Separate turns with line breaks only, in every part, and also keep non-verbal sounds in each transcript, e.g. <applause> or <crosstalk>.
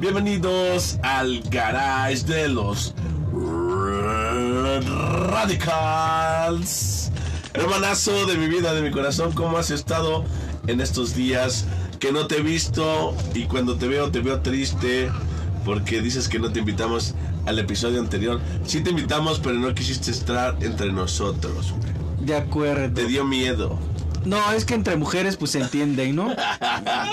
Bienvenidos al garage de los Radicals. Hermanazo de mi vida, de mi corazón, ¿cómo has estado en estos días que no te he visto y cuando te veo te veo triste porque dices que no te invitamos al episodio anterior? Sí te invitamos, pero no quisiste estar entre nosotros. güey.
De acuerdo.
Te dio miedo.
No, es que entre mujeres pues se entienden, ¿no?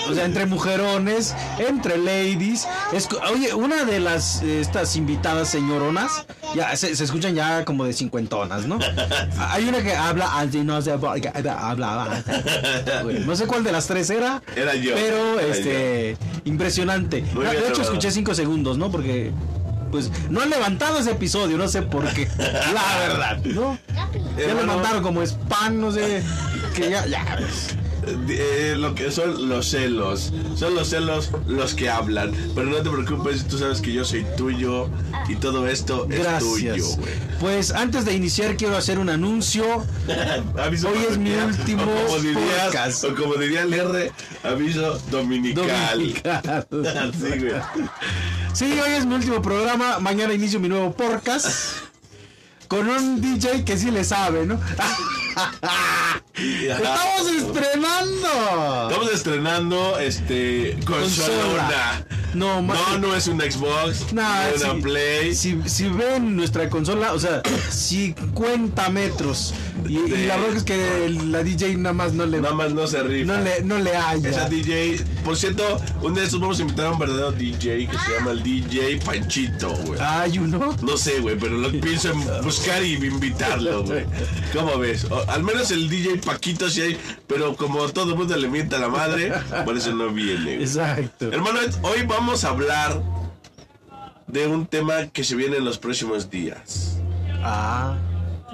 O sea, entre mujerones, entre ladies. Es co- oye, una de las eh, estas invitadas señoronas, ya se, se escuchan ya como de cincuentonas, ¿no? Hay una que habla así, no sé, porque- habla, habla. Güey, No sé cuál de las tres era.
Era yo.
Pero,
Era
este, impresionante.
Muy bien
de hecho,
logrado.
escuché cinco segundos, ¿no? Porque, pues, no han levantado ese episodio, no sé por
<laughs>
qué. La verdad, ¿no? Ya le
Hermano.
mandaron como spam, no sé. Que ya, ya. ves.
Eh, lo que son los celos. Son los celos los que hablan. Pero no te preocupes, tú sabes que yo soy tuyo y todo esto es tuyo,
Gracias.
güey.
Pues antes de iniciar quiero hacer
<laughs>
un anuncio.
Aviso
Hoy es mi
parroquial,
último
o como dirías-
podcast.
O como diría el R, aviso dominical.
dominical.
<laughs> Así, güey.
Sí, hoy es mi último programa. Mañana inicio mi nuevo podcast. Con un DJ que sí le sabe, ¿no? <laughs> ¡Estamos estrenando!
Estamos estrenando este consolona.
Consola. No, ma-
no, no es una Xbox,
Nah,
no es una
si-
Play.
Si, si ven nuestra consola, o sea, 50 metros. Y, y la verdad es que la DJ nada más no le,
Nada
no
más no se rifa.
le, no le halla.
Esa DJ, por cierto, uno de esos vamos a invitar a un verdadero DJ que se llama el DJ Panchito, güey.
Hay uno.
No sé, güey, pero lo pienso en buscar y invitarlo, güey. ¿Cómo ves? O- al menos el DJ Paquito sí hay, pero como todo el mundo le mienta a la madre, por eso no viene. güey.
Exacto.
Hermano, hoy vamos a hablar de un tema que se viene en los próximos días.
Ah,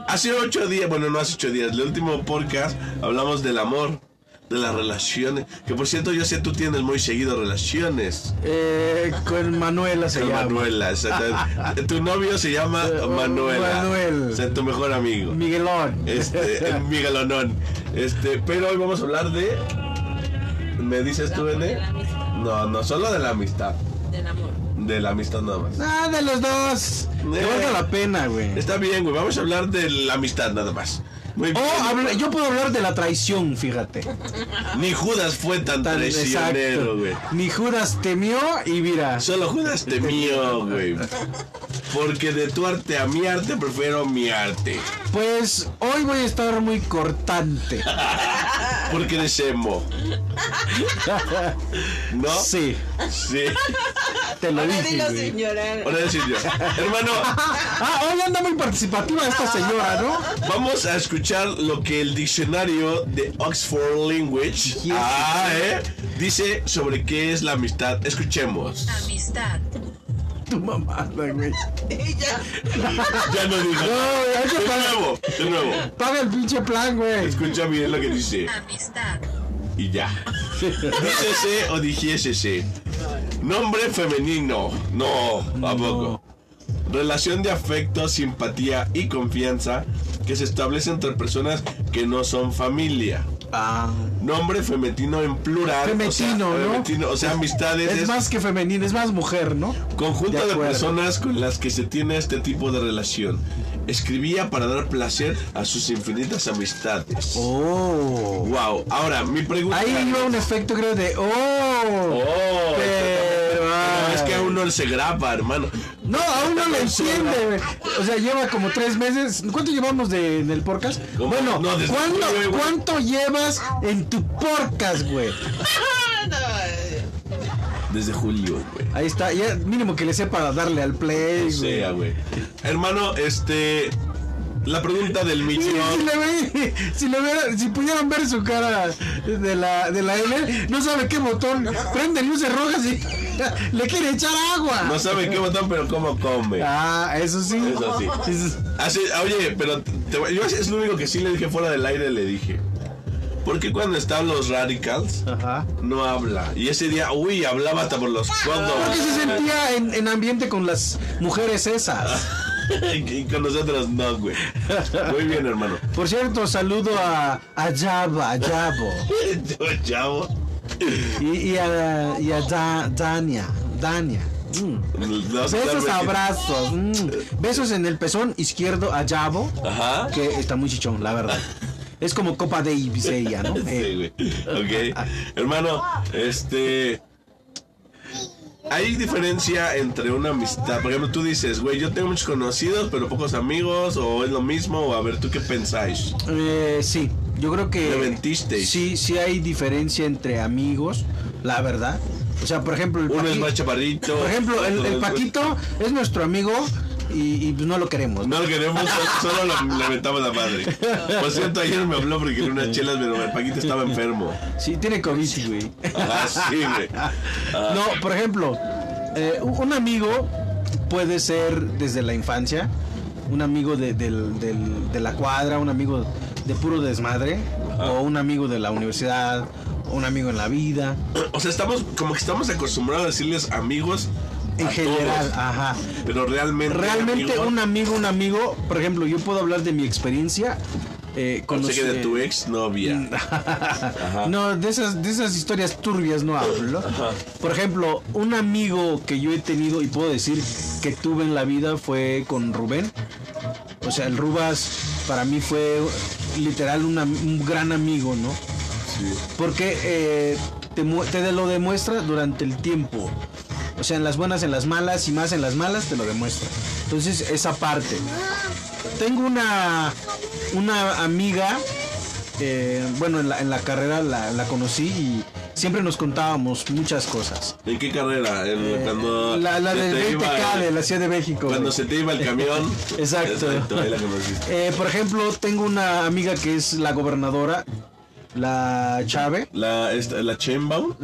Hace ocho días, bueno, no hace ocho días, el último podcast hablamos del amor, de las relaciones. Que por cierto, yo sé tú tienes muy seguido relaciones.
eh, con Manuela se
Con
llama.
Manuela, exactamente. tu novio se llama
Eh,
Manuela.
Manuel.
O sea, tu mejor amigo.
Miguelón. <laughs>
Este, el Miguelonón. Este, pero hoy vamos a hablar de. ¿Me dices tú, Ene? No, no, solo de la amistad.
Del amor.
De la amistad nada más.
Ah, de los dos.
Eh.
Que valga la pena, güey.
Está bien, güey. Vamos a hablar de la amistad nada más. Muy
O
bien.
Oh, habla- yo puedo hablar de la traición, fíjate.
Ni Judas fue tan,
Tan-
traicionero, güey.
Ni Judas temió y mira.
Solo Judas temió, güey. Porque de tu arte a mi arte prefiero mi arte.
Pues hoy voy a estar
<laughs>
muy cortante.
Porque eres emo. ¿No?
Sí,
Sí.
te lo
Ahora
dije.
dilo
güey.
sin llorar.
Ahora decir yo. Hermano,
Ah, hoy anda muy participativa
<laughs>
esta señora, ¿no?
vamos a escuchar lo que el diccionario de Oxford Language
Yes.
ah, eh, dice sobre qué es la amistad. Escuchemos.
Amistad.
Tu mamada, güey.
Ella.
Ya no digo.
No, güey, hay que
De
pagar,
nuevo, de nuevo.
paga el pinche plan, güey.
Escucha bien lo que dice.
Amistad.
y ya. Dícese o dijésese. Nombre femenino. No, ¿a poco? Relación de afecto, simpatía y confianza que se establece entre personas que no son familia.
Ah.
Nombre femenino en plural. o sea,
Fementino, ¿no?
fementino, o sea, amistades.
Es
es-
más que femenino, es más mujer, ¿no?
Conjunto
De
de,
acuerdo.
personas con las que se tiene este tipo de relación. Escribía para dar placer a sus infinitas amistades.
Oh.
Wow. Ahora, mi pregunta.
Ahí iba un efecto, creo, de. ¡Oh!
Oh,
Pero-
no, es que aún no se graba, hermano.
No, aún no lo entiende, güey. O sea, lleva como tres meses. ¿Cuánto llevamos de, en el podcast?
¿Cómo?
Bueno,
No, desde-
¿cuándo-
güey, güey.
¿cuánto llevas en tu podcast, güey?
Desde julio, güey.
Ahí está, ya mínimo que le sepa darle al play,
O
güey.
sea, güey. Hermano, este. La pregunta del
Sí, Si,
millón.
le ve- si, le hubiera- si pudieran ver su cara de la, de la L, no sabe qué botón. Prende luces rojas y <laughs> le quiere echar agua.
No sabe qué botón, pero cómo come.
Ah, eso sí.
Eso sí.
Eso-
Así, oye, pero te- yo es lo único que sí le dije fuera del aire, le dije. Porque cuando están los radicals,
Ajá.
no habla. Y ese día, uy, hablaba hasta por los
Creo que
codos.
se sentía en, en ambiente con las mujeres esas.
<laughs> y con nosotros no, güey. Muy bien,
<laughs>
hermano.
Por cierto, saludo a, a Java, a Yabo.
Yo, chavo.
Y, y a, y a Da- Dania. Dania. Mm.
No sé
Besos,
darme-
abrazos. mm. Besos en el pezón izquierdo a Yabo.
Ajá.
Que está muy chichón, la verdad. Es como Copa Davis ella, ¿no?
Sí,
Eh,
güey. Ok. Hermano, este. Hay diferencia entre una amistad. Por ejemplo, tú dices, güey, yo tengo muchos conocidos, pero pocos amigos, o es lo mismo, o a ver, ¿tú qué pensáis?
eh, sí, yo creo que.
Me mentiste.
Sí, sí hay diferencia entre amigos, la verdad. O sea, por ejemplo, el
Uno es
Paqui-
más chaparrito.
Por ejemplo, el,
otro
el
es-
Paquito es nuestro amigo y, y, pues, no lo queremos. ¿no?
No lo queremos, so- solo lo- le aventamos la madre. Por cierto, ayer me habló porque quería unas chelas, pero el Paquito estaba enfermo.
Sí, tiene COVID, güey.
Así, güey. Ah,
<laughs> No, por ejemplo, eh, un un amigo puede ser desde la infancia, un amigo de, del- del- de la cuadra, un amigo de puro desmadre, o un amigo de la universidad, o un amigo en la vida,
O sea, estamos como que estamos acostumbrados a decirles amigos
en
a
general,
todos,
ajá.
pero realmente.
Realmente
amigo-
un amigo, un amigo, por ejemplo, yo puedo hablar de mi experiencia. eh, con
Pensé
los,
que de
eh,
tu ex
Mm.
novia.
<laughs> No, de esas, de esas historias turbias no hablo. Por ejemplo, un amigo que yo he tenido y puedo decir que tuve en la vida fue con Rubén. O sea, el Rubas para mí fue literal un am- un gran amigo, ¿no? Porque eh, te, mu- te de- lo demuestra durante el tiempo. O sea, en las buenas, en las malas y más en las malas te lo demuestra. Entonces, esa parte. Tengo una, una amiga, eh, bueno, en la, en la carrera la, la conocí y siempre nos contábamos muchas cosas.
¿En qué carrera? En- cuando
Eh, la la
se
del
te iba
20K
el-
de la Ciudad de México.
Cuando
güey.
se te iba el camión.
<laughs> Exacto.
Exacto, ahí la conociste.
Eh, por ejemplo, tengo una amiga que es la gobernadora, la Chávez.
La, esta, la
<laughs>
Chainbound.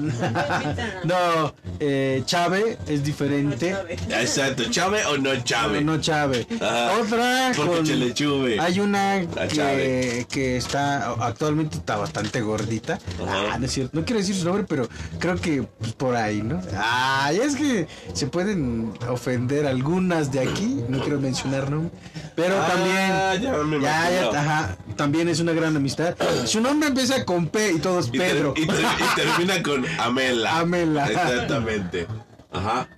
No, eh, Chávez es diferente.
Exacto, ¿Chave o no Chave?
No, Chávez.
Ah,
Otra
porque Chelechuve.
Hay una
La
que,
Chávez.
que está actualmente está bastante gordita.
Ajá.
Ah, no es cierto. No quiero decir su nombre, pero creo que pues, por ahí, ¿no? Ay, es que se pueden ofender algunas de aquí. No quiero mencionar nombres. Pero
Ah,
también.
ya me
ya, ya,
imagino.
ajá, también es una gran amistad. Su nombre empieza con P y todos
Y, ter-
Pedro.
y ter- y termina con Amela.
Amela.
Exactamente. Ajá.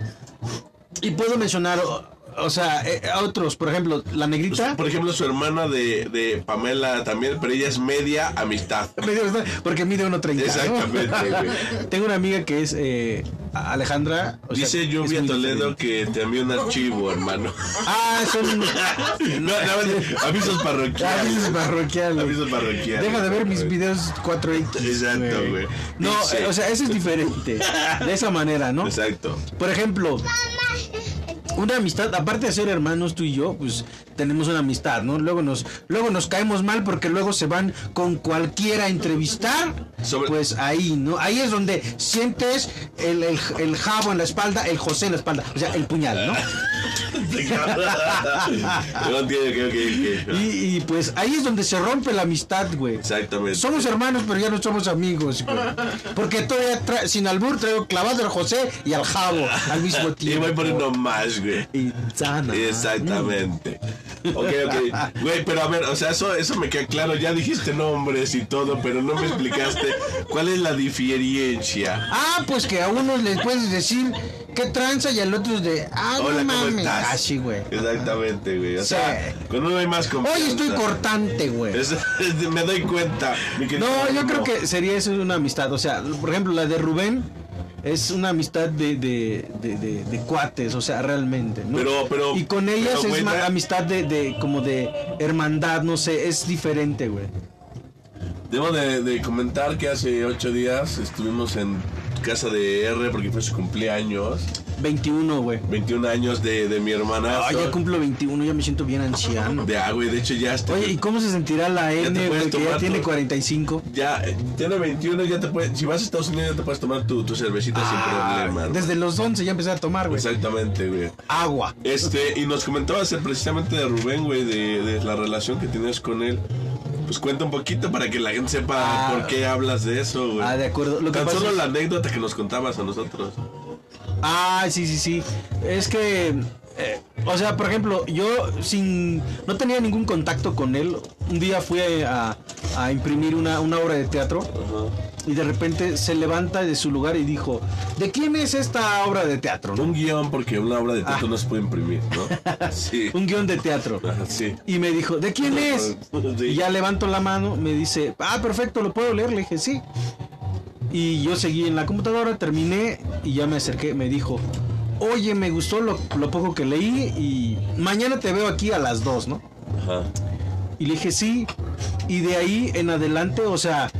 Y puedo mencionar, o, o sea, eh, otros, por ejemplo, la negrita.
Por ejemplo, su hermana de, de Pamela también, pero ella es media amistad.
<laughs> Me dio vergüenza, Porque mide 1.30. ¿no?
Exactamente, güey.
<laughs> Tengo una amiga que es eh, Alejandra. o sea,
Dice
es
Lluvia
muy
Toledo
diferente.
que te envió un archivo, hermano.
Ah,
<laughs>
son.
No, nada más, avisos
Ah, dices
parroquiales.
parroquial.
Avisos parroquiales.
Deja de ver mis videos 4X.
Exacto, güey.
No,
Dice-
eh, o sea, eso es diferente. De esa manera,
<laughs>
¿no?
Exacto.
Por ejemplo, una amistad, aparte de ser hermanos tú y yo, pues tenemos una amistad, ¿no? Luego nos, luego nos caemos mal porque luego se van con cualquiera a entrevistar.
Sobre-
Pues ahí, ¿no? Ahí es donde sientes el, el, el jabo en la espalda, el José en la espalda, o sea, el puñal,
Ah.
¿no?
No entiendo, creo que. que-
Y, y, pues ahí es donde se rompe la amistad, güey.
Exactamente.
Somos hermanos, pero ya no somos amigos, güey. Porque todavía tra- sin albur traigo clavado al José y al jabo al
<laughs>
mismo
Y
tiempo.
voy por uno más, güey.
Insana.
Exactamente. Ok, ok. Güey, pero a ver, o sea, eso, eso me queda claro. Ya dijiste nombres y todo, pero no me explicaste cuál es la diferencia.
Ah, pues que a unos les puedes decir qué tranza y al otro de, ah,
Hola,
no
¿cómo
mames.
estás?
Así, güey.
Exactamente, güey. O sea,
Sí.
con uno hay más confianza.
Hoy estoy cortante, güey.
Es- es- me doy cuenta. mi querido
No, yo
hermano.
creo que sería eso una amistad. O sea, por ejemplo, la de Rubén es una amistad de, de, de, de- de cuates, o sea, realmente. ¿no?
Pero- pero-
y con ellas
pero,
es
güey,
ma-
no-
amistad de, de, como de hermandad, no sé, es diferente, güey.
Debo de, de comentar que hace ocho días estuvimos en casa de R porque fue su cumpleaños.
21, güey.
21 años de, de mi hermana.
Ay, ya cumplo 21, ya me siento bien anciano.
De agua y de hecho ya está.
Oye, ¿y cómo se sentirá la
te puedes
N, güey, que ya
tomar
tiene
tu-
45?
Ya, eh, tiene 21, ya te puedes, si vas a Estados Unidos ya te puedes tomar tu, tu cervecita
Ah,
sin problema.
Desde los 11 ya empecé a tomar, güey.
Exactamente, güey.
Agua.
Este, y nos comentabas eh, precisamente de Rubén, güey, de, de la relación que tenías con él. Pues cuenta un poquito para que la gente sepa
Ah.
por qué hablas de eso, güey.
Ah, de acuerdo. Lo que
Tan
pasa
solo
es-
la anécdota que nos contabas a nosotros.
Ah, sí, sí, sí. Es que, eh, o sea, por ejemplo, yo sin, no tenía ningún contacto con él. Un día fui a, a imprimir una, una obra de teatro y de repente se levanta de su lugar y dijo, ¿de quién es esta obra de teatro? no?
Un guión, porque una obra de teatro
Ah.
no se puede imprimir,
<laughs>
¿no? Sí.
Un guión de teatro.
Ajá, Sí.
Y me dijo, ¿de quién es?
Sí.
Y ya levanto la mano, me dice, ah, perfecto, lo puedo leer. Le dije, sí. Y yo seguí en la computadora, terminé y ya me acerqué. Me dijo, oye, me gustó lo, lo poco que leí y mañana te veo aquí a las 2, ¿no?
Ajá.
Y le dije, sí. Y de ahí en adelante, o sea,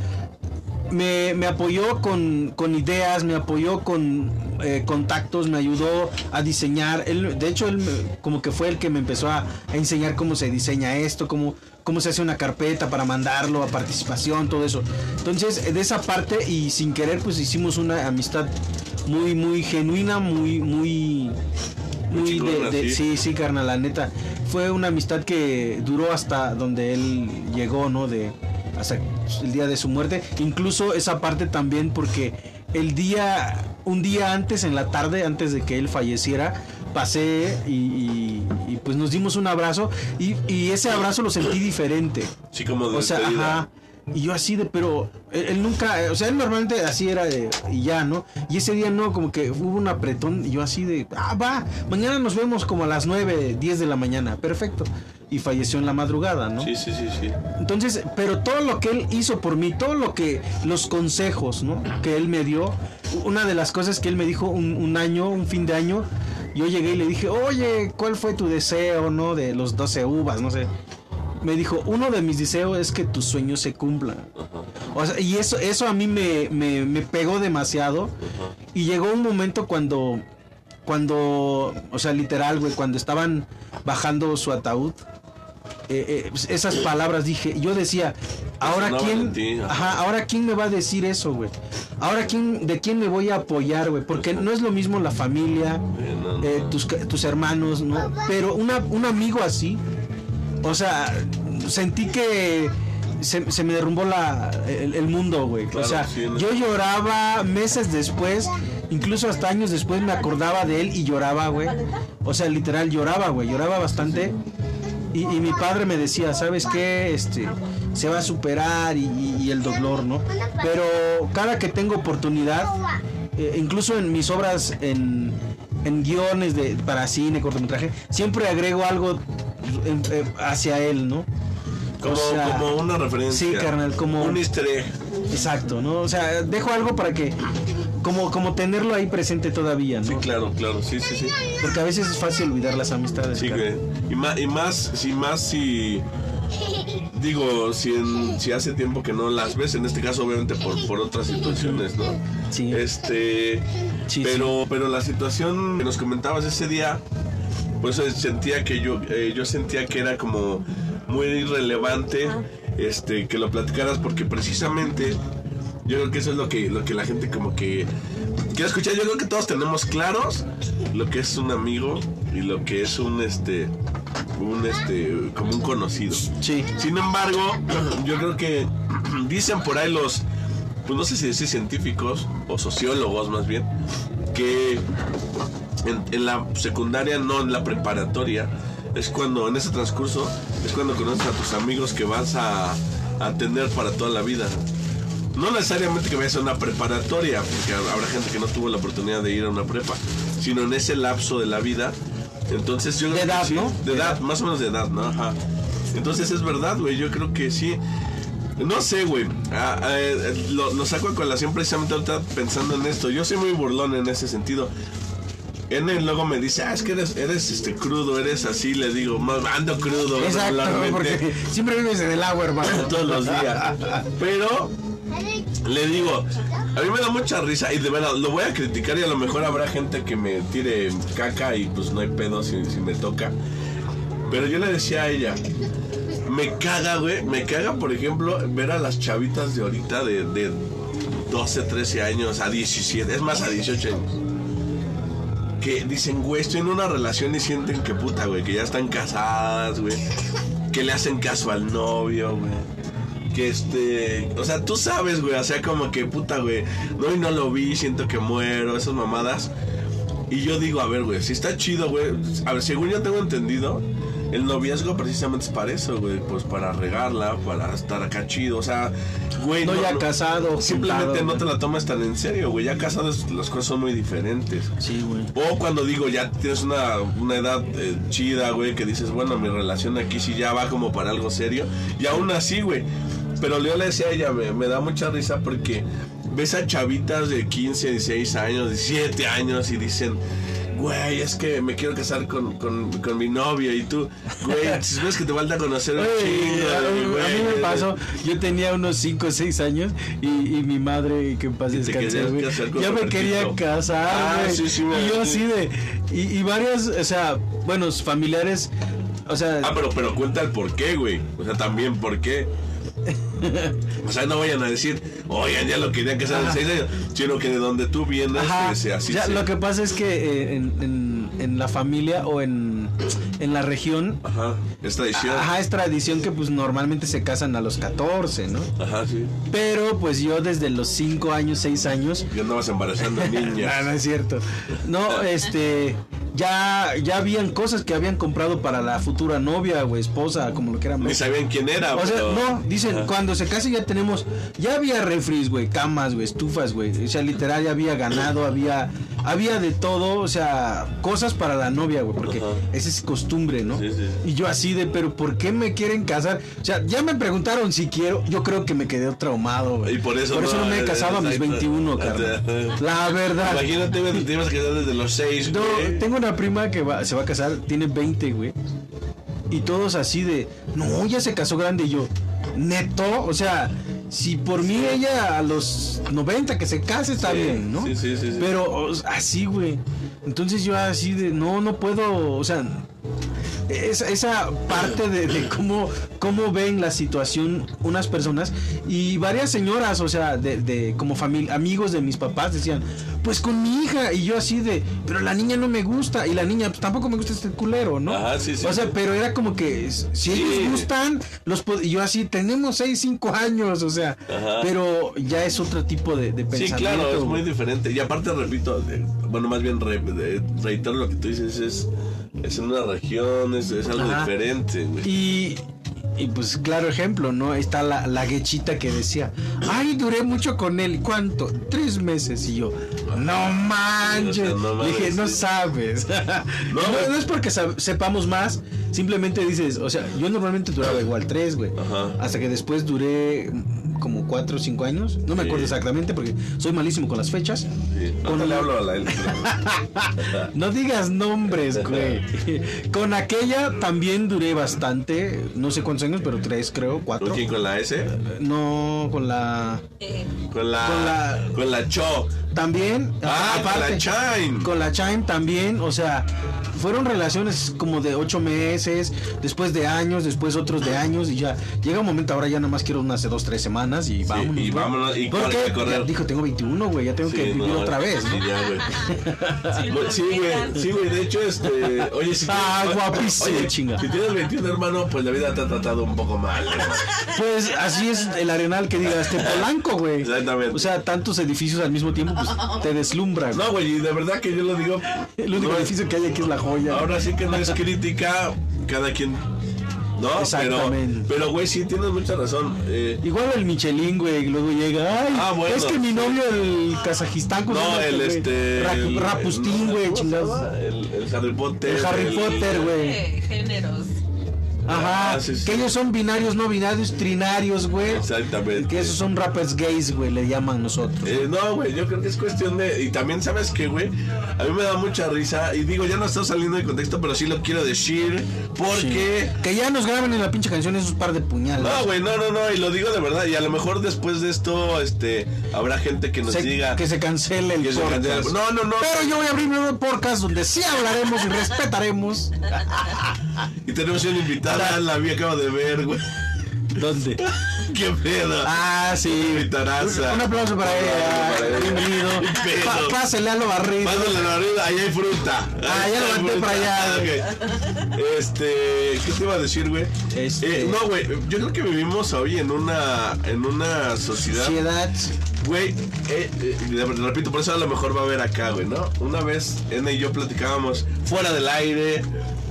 me, me apoyó con, con ideas, me apoyó con eh, contactos, me ayudó a diseñar. Él, de hecho, él me- como que fue el que me empezó a, a enseñar cómo se diseña esto, cómo, cómo se hace una carpeta para mandarlo a participación, todo eso. Entonces, de esa parte y sin querer, pues hicimos una amistad muy, muy genuina, muy, muy... Muy
chingona,
de, de-
sí.
sí, Sí, sí, carnal, la neta. Fue una amistad que duró hasta donde él llegó, ¿no? De, hasta el día de su muerte. Incluso esa parte también porque el día, un día antes, en la tarde, antes de que él falleciera, pasé y, y- y, pues nos dimos un abrazo y, y ese abrazo lo sentí diferente.
Sí, como de
O sea,
despedida.
ajá. Y yo así de, pero él, él nunca, eh, o sea, él normalmente así era de, y ya, ¿no? Y ese día no, como que hubo un apretón, y yo así de, ah, va, mañana nos vemos como a las 9, 10 de la mañana, perfecto. Y falleció en la madrugada, ¿no?
Sí, sí, sí, sí. Eh,
Entonces, pero todo lo que él hizo por mí, todo lo que, los consejos, ¿no? Que él me dio, una de las cosas que él me dijo un, un año, un fin de año, yo llegué y le dije, oye, ¿cuál fue tu deseo, no? De los 12 uvas, no sé. Me dijo, uno de mis deseos es que tus sueños se cumplan. O sea, y eso, eso a mí me, me- me pegó demasiado. Y llegó un momento cuando, cuando, o sea, literal, güey, cuando estaban bajando su ataúd, eh, eh, pues, esas palabras dije, yo decía, ahora
Resonaban en
quién,
ti, ajá.
ajá, ahora quién me va a decir eso, güey. Ahora quién, de quién me voy a apoyar, güey, porque
Pues
no es lo mismo la familia,
Eh, no, no.
eh, tus, ca- tus hermanos, ¿no? Pero una, un amigo así, o sea, sentí que se, se me derrumbó la, el, el mundo, güey.
Claro,
o sea,
sí, ¿no?
yo lloraba meses después, incluso hasta años después me acordaba de él y lloraba, güey. O sea, literal lloraba, güey, lloraba bastante. Y, y mi padre me decía, ¿sabes qué? Este, se va a superar y, y- y el dolor, ¿no? Pero cada que tengo oportunidad, eh, incluso en mis obras, en, en guiones de, para cine, cortometraje, siempre agrego algo en- eh, hacia él, ¿no?
Como,
o sea,
como una referencia.
sí, carnal, como-
Un easter egg.
Exacto, ¿no? O sea, dejo algo para que, como, como tenerlo ahí presente todavía, ¿no?
Sí, claro, claro. Sí, sí, sí.
Porque a veces es fácil olvidar las amistades.
Sí,
carnal.
güey. Y más, y más, si más si digo, si, en- si hace tiempo que no las ves, en este caso obviamente por, por otras situaciones, ¿no?
Sí.
Este,
Sí,
pero, pero la situación que nos comentabas ese día, pues eh, sentía que yo, eh, yo sentía que era como muy irrelevante, este, que lo platicaras porque precisamente yo creo que eso es lo que, lo que la gente como que quiere escuchar. Yo creo que todos tenemos claros lo que es un amigo y lo que es un este un este como un conocido.
Sí.
Sin embargo, yo creo que <clears throat> dicen por ahí los pues no sé si decir científicos o sociólogos más bien que en, en la secundaria, no en la preparatoria. Es cuando, en ese transcurso, es cuando conoces a tus amigos que vas a, a tener para toda la vida. No necesariamente que vayas a una preparatoria, porque ha- habrá gente que no tuvo la oportunidad de ir a una prepa, sino en ese lapso de la vida. Entonces yo
De
creo que
edad,
sí,
¿no?
De edad, más o menos de edad, ¿no? Ajá. Entonces es verdad, güey, yo creo que sí. No sé, güey. Ah, eh, eh, lo, lo saco a colación precisamente ahorita pensando en esto. Yo soy muy burlón en ese sentido. En el logo me dice, ah, es que eres, eres este, crudo, eres así, le digo, "Más ando crudo
Exacto,
regularmente,
porque siempre vives en el agua, hermano.
<laughs> todos los días. Pero le digo, a mí me da mucha risa y de verdad lo voy a criticar y a lo mejor habrá gente que me tire caca y pues no hay pedo si, si me toca. Pero yo le decía a ella, me caga, güey, me caga, por ejemplo, ver a las chavitas de ahorita de, de 12, 13 años, a 17, es más, a 18 años. Que dicen, güey, estoy en una relación y sienten que puta, güey, que ya están casadas, güey. Que le hacen caso al novio, güey. que este, o sea, tú sabes, güey, o sea, como que puta, güey, no y no lo vi, siento que muero, esas mamadas. Y yo digo, a ver, güey, si está chido, güey, a ver, según yo tengo entendido, el noviazgo precisamente es para eso, güey, pues para regarla, para estar acá chido, o sea, güey,
No ya casado,
simplemente
juntado,
no
güey.
te la tomas tan en serio, güey, ya casados las cosas son muy diferentes.
Sí, güey.
O cuando digo, ya tienes una, una edad eh, chida, güey, que dices, bueno, mi relación aquí sí ya va como para algo serio. Y aún así, güey. Pero yo le decía a ella, me, me da mucha risa porque ves a chavitas de 15, 16 años, 17 años y dicen, güey, es que me quiero casar con, con- con mi novio. Y tú,
<laughs>
güey, si ves que te falta conocer un
Oye,
chingo,
a,
güey,
a mí me
güey".
pasó, yo tenía unos 5 o 6 años y, y mi madre, que en paz
Y te
descanse,
querías
güey,
casar con
ya me
Robertito.
quería casar,
Ah,
güey.
sí, sí, me
y yo
acuerdo.
así de, y, y varios, o sea, buenos familiares, o sea,
Ah, pero, pero cuenta el por qué, güey. O sea, también por
<laughs>
qué. O sea, no vayan a decir, oigan, ya lo querían que sea de seis años, sino que de donde tú vienes,
Ajá.
pues, que sea así.
Ya,
sea.
Lo que pasa es que eh, en, en- en la familia o en, en la región,
Ajá, es tradición.
ajá,
Ajá,
es tradición que pues normalmente se casan a los 14, ¿no?
sí.
Pero pues yo desde los 5 años, 6 años,
Ya andabas embarazando
<laughs>
a
no, no
niñas.
es cierto. No, este, ya, ya habían cosas que habían comprado para la futura novia o esposa, como lo quieran
Ni
ver.
sabían quién era,
O sea,
pero-
no, dicen,
Ajá.
cuando se case ya tenemos, ya había refries, güey, camas, güey, estufas, güey. O sea, literal, ya había ganado, había, había de todo, o sea, cosas para la novia, güey, porque
Ajá.
esa es costumbre, ¿no?
Sí, sí, sí.
Y yo así de, pero ¿por qué me quieren casar? O sea, ya me preguntaron si quiero, yo creo que me quedé traumado, güey.
Y por eso no,
no, me he casado a mis
exacto.
21, carnal. La verdad.
Imagínate, güey, te ibas a quedar desde los seis,
No,
güey.
tengo una prima que va- se va a casar, tiene 20, güey. Y todos así de, no, ya se casó grande y yo, neto, o sea, si por mí ella a los 90 que se case está
Sí,
bien, ¿no?
sí, sí, sí, sí.
Pero o sea, así, güey. Entonces yo así de, no, no puedo, o sea, esa, esa parte de, de cómo, cómo ven la situación unas personas y varias señoras, o sea, de, de como familia, amigos de mis papás decían, pues con mi hija y yo así de, pero la niña no me gusta y la niña pues tampoco me gusta este culero, ¿no?
Ajá, sí, sí.
O sea, pero era como que s- si
Sí.
ellos gustan, los pod- y yo así tenemos 6, 5 años, o sea,
Ajá.
pero ya es otro tipo de, de
Sí,
pensamiento.
claro, es muy
güey.
diferente. Y aparte, repito, eh, bueno, más bien re- eh, reitero lo que tú dices, es, es en una región, es, es algo
Ajá.
diferente, güey.
Y, y, pues claro ejemplo, ¿no? Está la, la guechita que decía, ay, duré mucho con él, ¿cuánto? Tres meses y yo, no manches.
Sí, o sea, no
Le dije,
mames,
no
sí. <laughs>
sabes. no,
güey.
no es porque sab- sepamos más, simplemente dices, o sea, yo normalmente duraba igual tres, güey.
Ajá.
Hasta que después duré mm, como cuatro o cinco años, no me
Sí.
acuerdo exactamente porque soy malísimo con las fechas.
Sí. No
Con
te le
la-
hablo a la él.
<laughs> No digas nombres, güey. Con aquella también duré bastante, no sé cuántos años, pero tres creo,
¿Con
cuatro.
quién? ¿Con la S?
No, con la...
Eh,
Con la...
Con
Con
la-
la, Cho.
También,
Ah, con la Chime.
con la Chime también, o sea, fueron relaciones como de ocho meses, después de años, después otros de años, y ya llega un momento, ahora ya nada más quiero unas de dos, tres semanas y
y
vámonos. güey.
vámonos, y
¿Por
corre,
qué?
corre.
Ya dijo, tengo 21, güey, ya tengo que
Sí,
vivir
no,
otra vez,
sí,
¿no?
ya, güey.
sí,
Bueno, Sí,
porque
güey, sí, güey, de hecho, este, oye, si
Ah,
tienes-
guapísimo,
oye,
chinga.
Si tienes 21, hermano, pues la vida te ha tratado un poco mal, ¿eh? hermano.
Pues así es el arenal que diga este Polanco, güey.
Exactamente.
O sea, tantos edificios al mismo tiempo,
<laughs>
pues te deslumbra, güey.
No, güey, y de verdad que yo lo digo.
El único
no es-
edificio que hay aquí es la joya. güey.
Ahora sí que no es crítica, cada quien. No,
Exactamente.
pero, pero güey, sí tienes mucha razón. eh,
Igual el Michelin, güey, y luego llega. Ay,
Ah, bueno,
es que mi
sí.
novio, el Kazajistán, ¿cómo
no,
se
el
llama este,
este.
güey? Ra-
el-
Rapustín,
el-
güey,
¿cómo se
chingados.
llama? El, el Harry Potter.
El Harry Potter, güey.
eh, géneros.
Ajá.
Ah, sí, sí.
Que ellos son binarios, no binarios, trinarios, güey.
Exactamente.
Que esos son rappers gays, güey, le llaman nosotros.
Eh, no, güey, yo creo que es cuestión de. Y también, ¿sabes qué, güey? A mí me da mucha risa. Y digo, ya no está saliendo de contexto, pero sí lo quiero decir. Porque.
Que ya nos graben en la pinche canción esos par de puñales.
No, güey, no, no, no. Y lo digo de verdad. Y a lo mejor después de esto, este. Habrá gente que nos
Se-
diga.
que se cancele el
que se
podcast.
cancele- No, no, no.
Pero yo voy a abrir mi nuevo podcast donde sí hablaremos y respetaremos.
Y tenemos una invitada, la vi acabo de ver, güey.
¿Dónde?
<laughs> ¿Qué pedo?
Ah, sí.
Pitaraza.
Un aplauso para ella.
para ella.
Bienvenido.
Qué pedo.
Pa- Pásele a lo barrido.
Mándale la orilla, ahí hay fruta.
Ah, ya
Ahí
lo
hay
mandé
fruta.
para allá.
Ah, ok. Este, ¿qué te iba a decir, güey?
Este-
Eh, no, güey, yo creo que vivimos hoy en una, en una sociedad
Sociedad.
Güey, eh, eh, le- repito, por eso a lo mejor va a haber acá, güey, ¿no? Una vez N y yo platicábamos fuera del aire,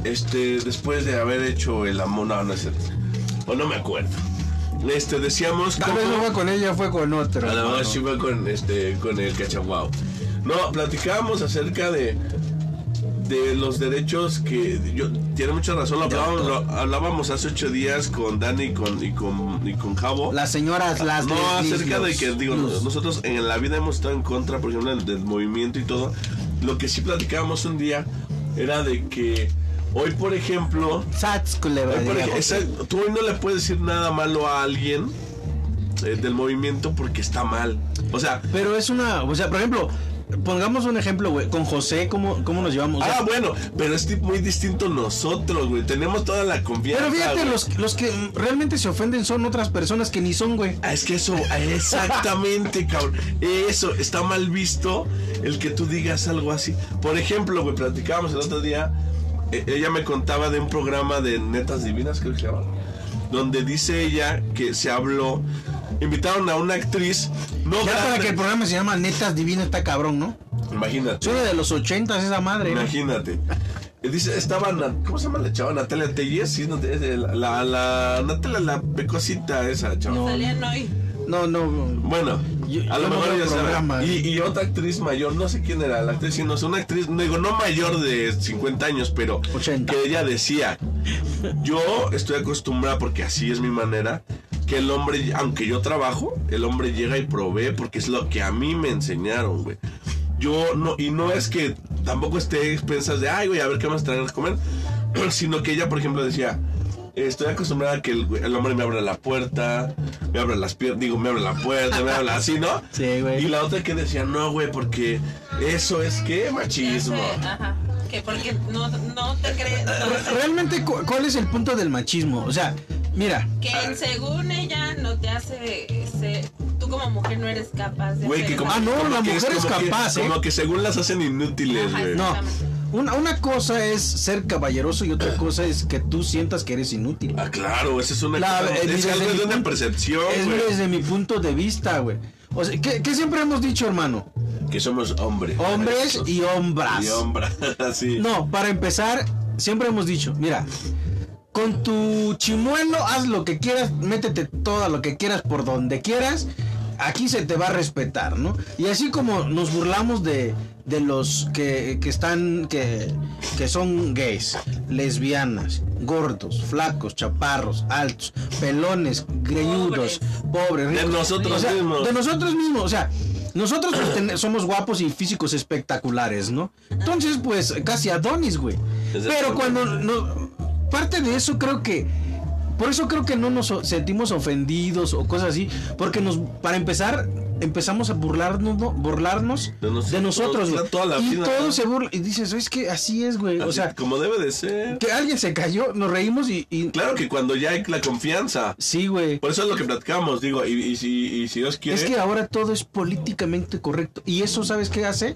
este, después de haber hecho el amor, no, no es cierto. O no me acuerdo. Este, decíamos
Tal vez no fue con ella, fue con otro.
a lo mejor
hermano.
sí fue con, este, con el cachaguao. No, platicábamos acerca de, de los derechos que. Yo, tiene mucha razón, lo hablábamos, lo hablábamos hace ocho días con Dani y con, y con, y con Javo.
Las señoras, las
No,
lesbis,
acerca de
los-
que, digo,
los-
nosotros en la vida hemos estado en contra, por ejemplo, del, del movimiento y todo. Lo que sí platicábamos un día era de que hoy, por ejemplo,
Sats, culebra.
hoy, por ej-
digamos.
esa- tú hoy no le puedes decir nada malo a alguien eh, del movimiento porque está mal. O sea,
Pero es una. O sea, por ejemplo, pongamos un ejemplo, güey. Con José, ¿cómo, cómo nos llevamos? O sea,
ah, bueno, pero es muy distinto nosotros, güey. Tenemos toda la confianza.
pero fíjate,
güey.
los, los que realmente se ofenden son otras personas que ni son, güey.
Ah, Es que eso,
<laughs>
exactamente, cabrón. Eso, está mal visto el que tú digas algo así. Por ejemplo, güey, platicábamos el otro día, eh, ella me contaba de un programa de Netas Divinas, creo que se llama, donde dice ella que se habló, invitaron a una actriz, no
Ya para
grande-
que el programa se llama Netas Divinas, está cabrón, ¿no?
Imagínate,
Suena de los ochentas esa madre. ¿no?
imagínate. Eh, Dice, estaban, ¿cómo se llama la chava? Natalia Telles, sí, no, es de la, la, la, Natalia, la pecosita esa chava.
Salían hoy.
No, no.
Bueno,
Yo-
a
yo
lo
no
mejor
veo
ya
programa.
sabe. Y, y otra actriz mayor, no sé quién era la actriz, sino es una actriz, no digo, no mayor de 50 años, pero
80.
que ella decía, yo estoy acostumbrada, porque así es mi manera, que el hombre, aunque yo trabajo, el hombre llega y provee, porque es lo que a mí me enseñaron, güey. Yo no, y no es que tampoco esté a expensas de, ay, güey, a ver qué más traen a comer, <clears throat> sino que ella, por ejemplo, decía, estoy acostumbrada a que el, güey- el hombre me abra la puerta, me abra las piernas, digo, me abra la puerta, me abra así, ¿no?
<laughs> Sí, güey.
Y la otra que decía, no, güey, porque eso es que machismo.
Ajá. Que porque no, no te crees.
Re- Realmente, cu- ¿cuál es el punto del machismo? O sea, mira,
Ah.
que según ella no te hace. se- tú como mujer no eres capaz de.
Güey, que
hacer
como.
eso.
Ah, no,
como
la
que
mujer es
como que-
capaz, ¿eh?
Como que según las hacen inútiles,
Ajá,
güey.
sí.
no. Una, una cosa es ser caballeroso y otra cosa es que tú sientas que eres inútil.
Ah, claro, esa es una.
La- eh,
es
desde
algo
mi
de una
punto-
percepción,
Es
güey.
desde mi punto de vista, güey. O sea, ¿qué, qué siempre hemos dicho, hermano?
Que somos hombres.
Hombres y hombras.
Y hombras, <laughs> así.
No, para empezar, siempre hemos dicho, mira, con tu chimuelo haz lo que quieras, métete todo lo que quieras por donde quieras, aquí se te va a respetar, ¿no? Y así como nos burlamos de, de los que, que están, que, que son gays, lesbianas, gordos, flacos, chaparros, altos, pelones, greñudos, pobres,
De
ricos.
nosotros
O sea,
mismos.
de nosotros mismos, o sea, nosotros pues, ten- somos guapos y físicos espectaculares, ¿no? Entonces, pues, casi Adonis, güey. Pero cuando no, parte de eso creo que por eso creo que no nos o- sentimos ofendidos o cosas así, porque nos para empezar empezamos a burlarnos, ¿no? burlarnos
De
de,
nosotros,
nosotros, güey.
toda la
y
vida,
todo
¿no?
se burla y dices, "Es que así es, güey."
Así,
O sea,
como debe de ser.
que alguien se cayó, nos reímos y, y-
Claro que cuando ya hay la confianza.
sí, güey.
Por eso es lo que platicamos, digo, y, y si, y si Dios quiere.
Es que ahora todo es políticamente correcto. Y eso, ¿sabes qué hace?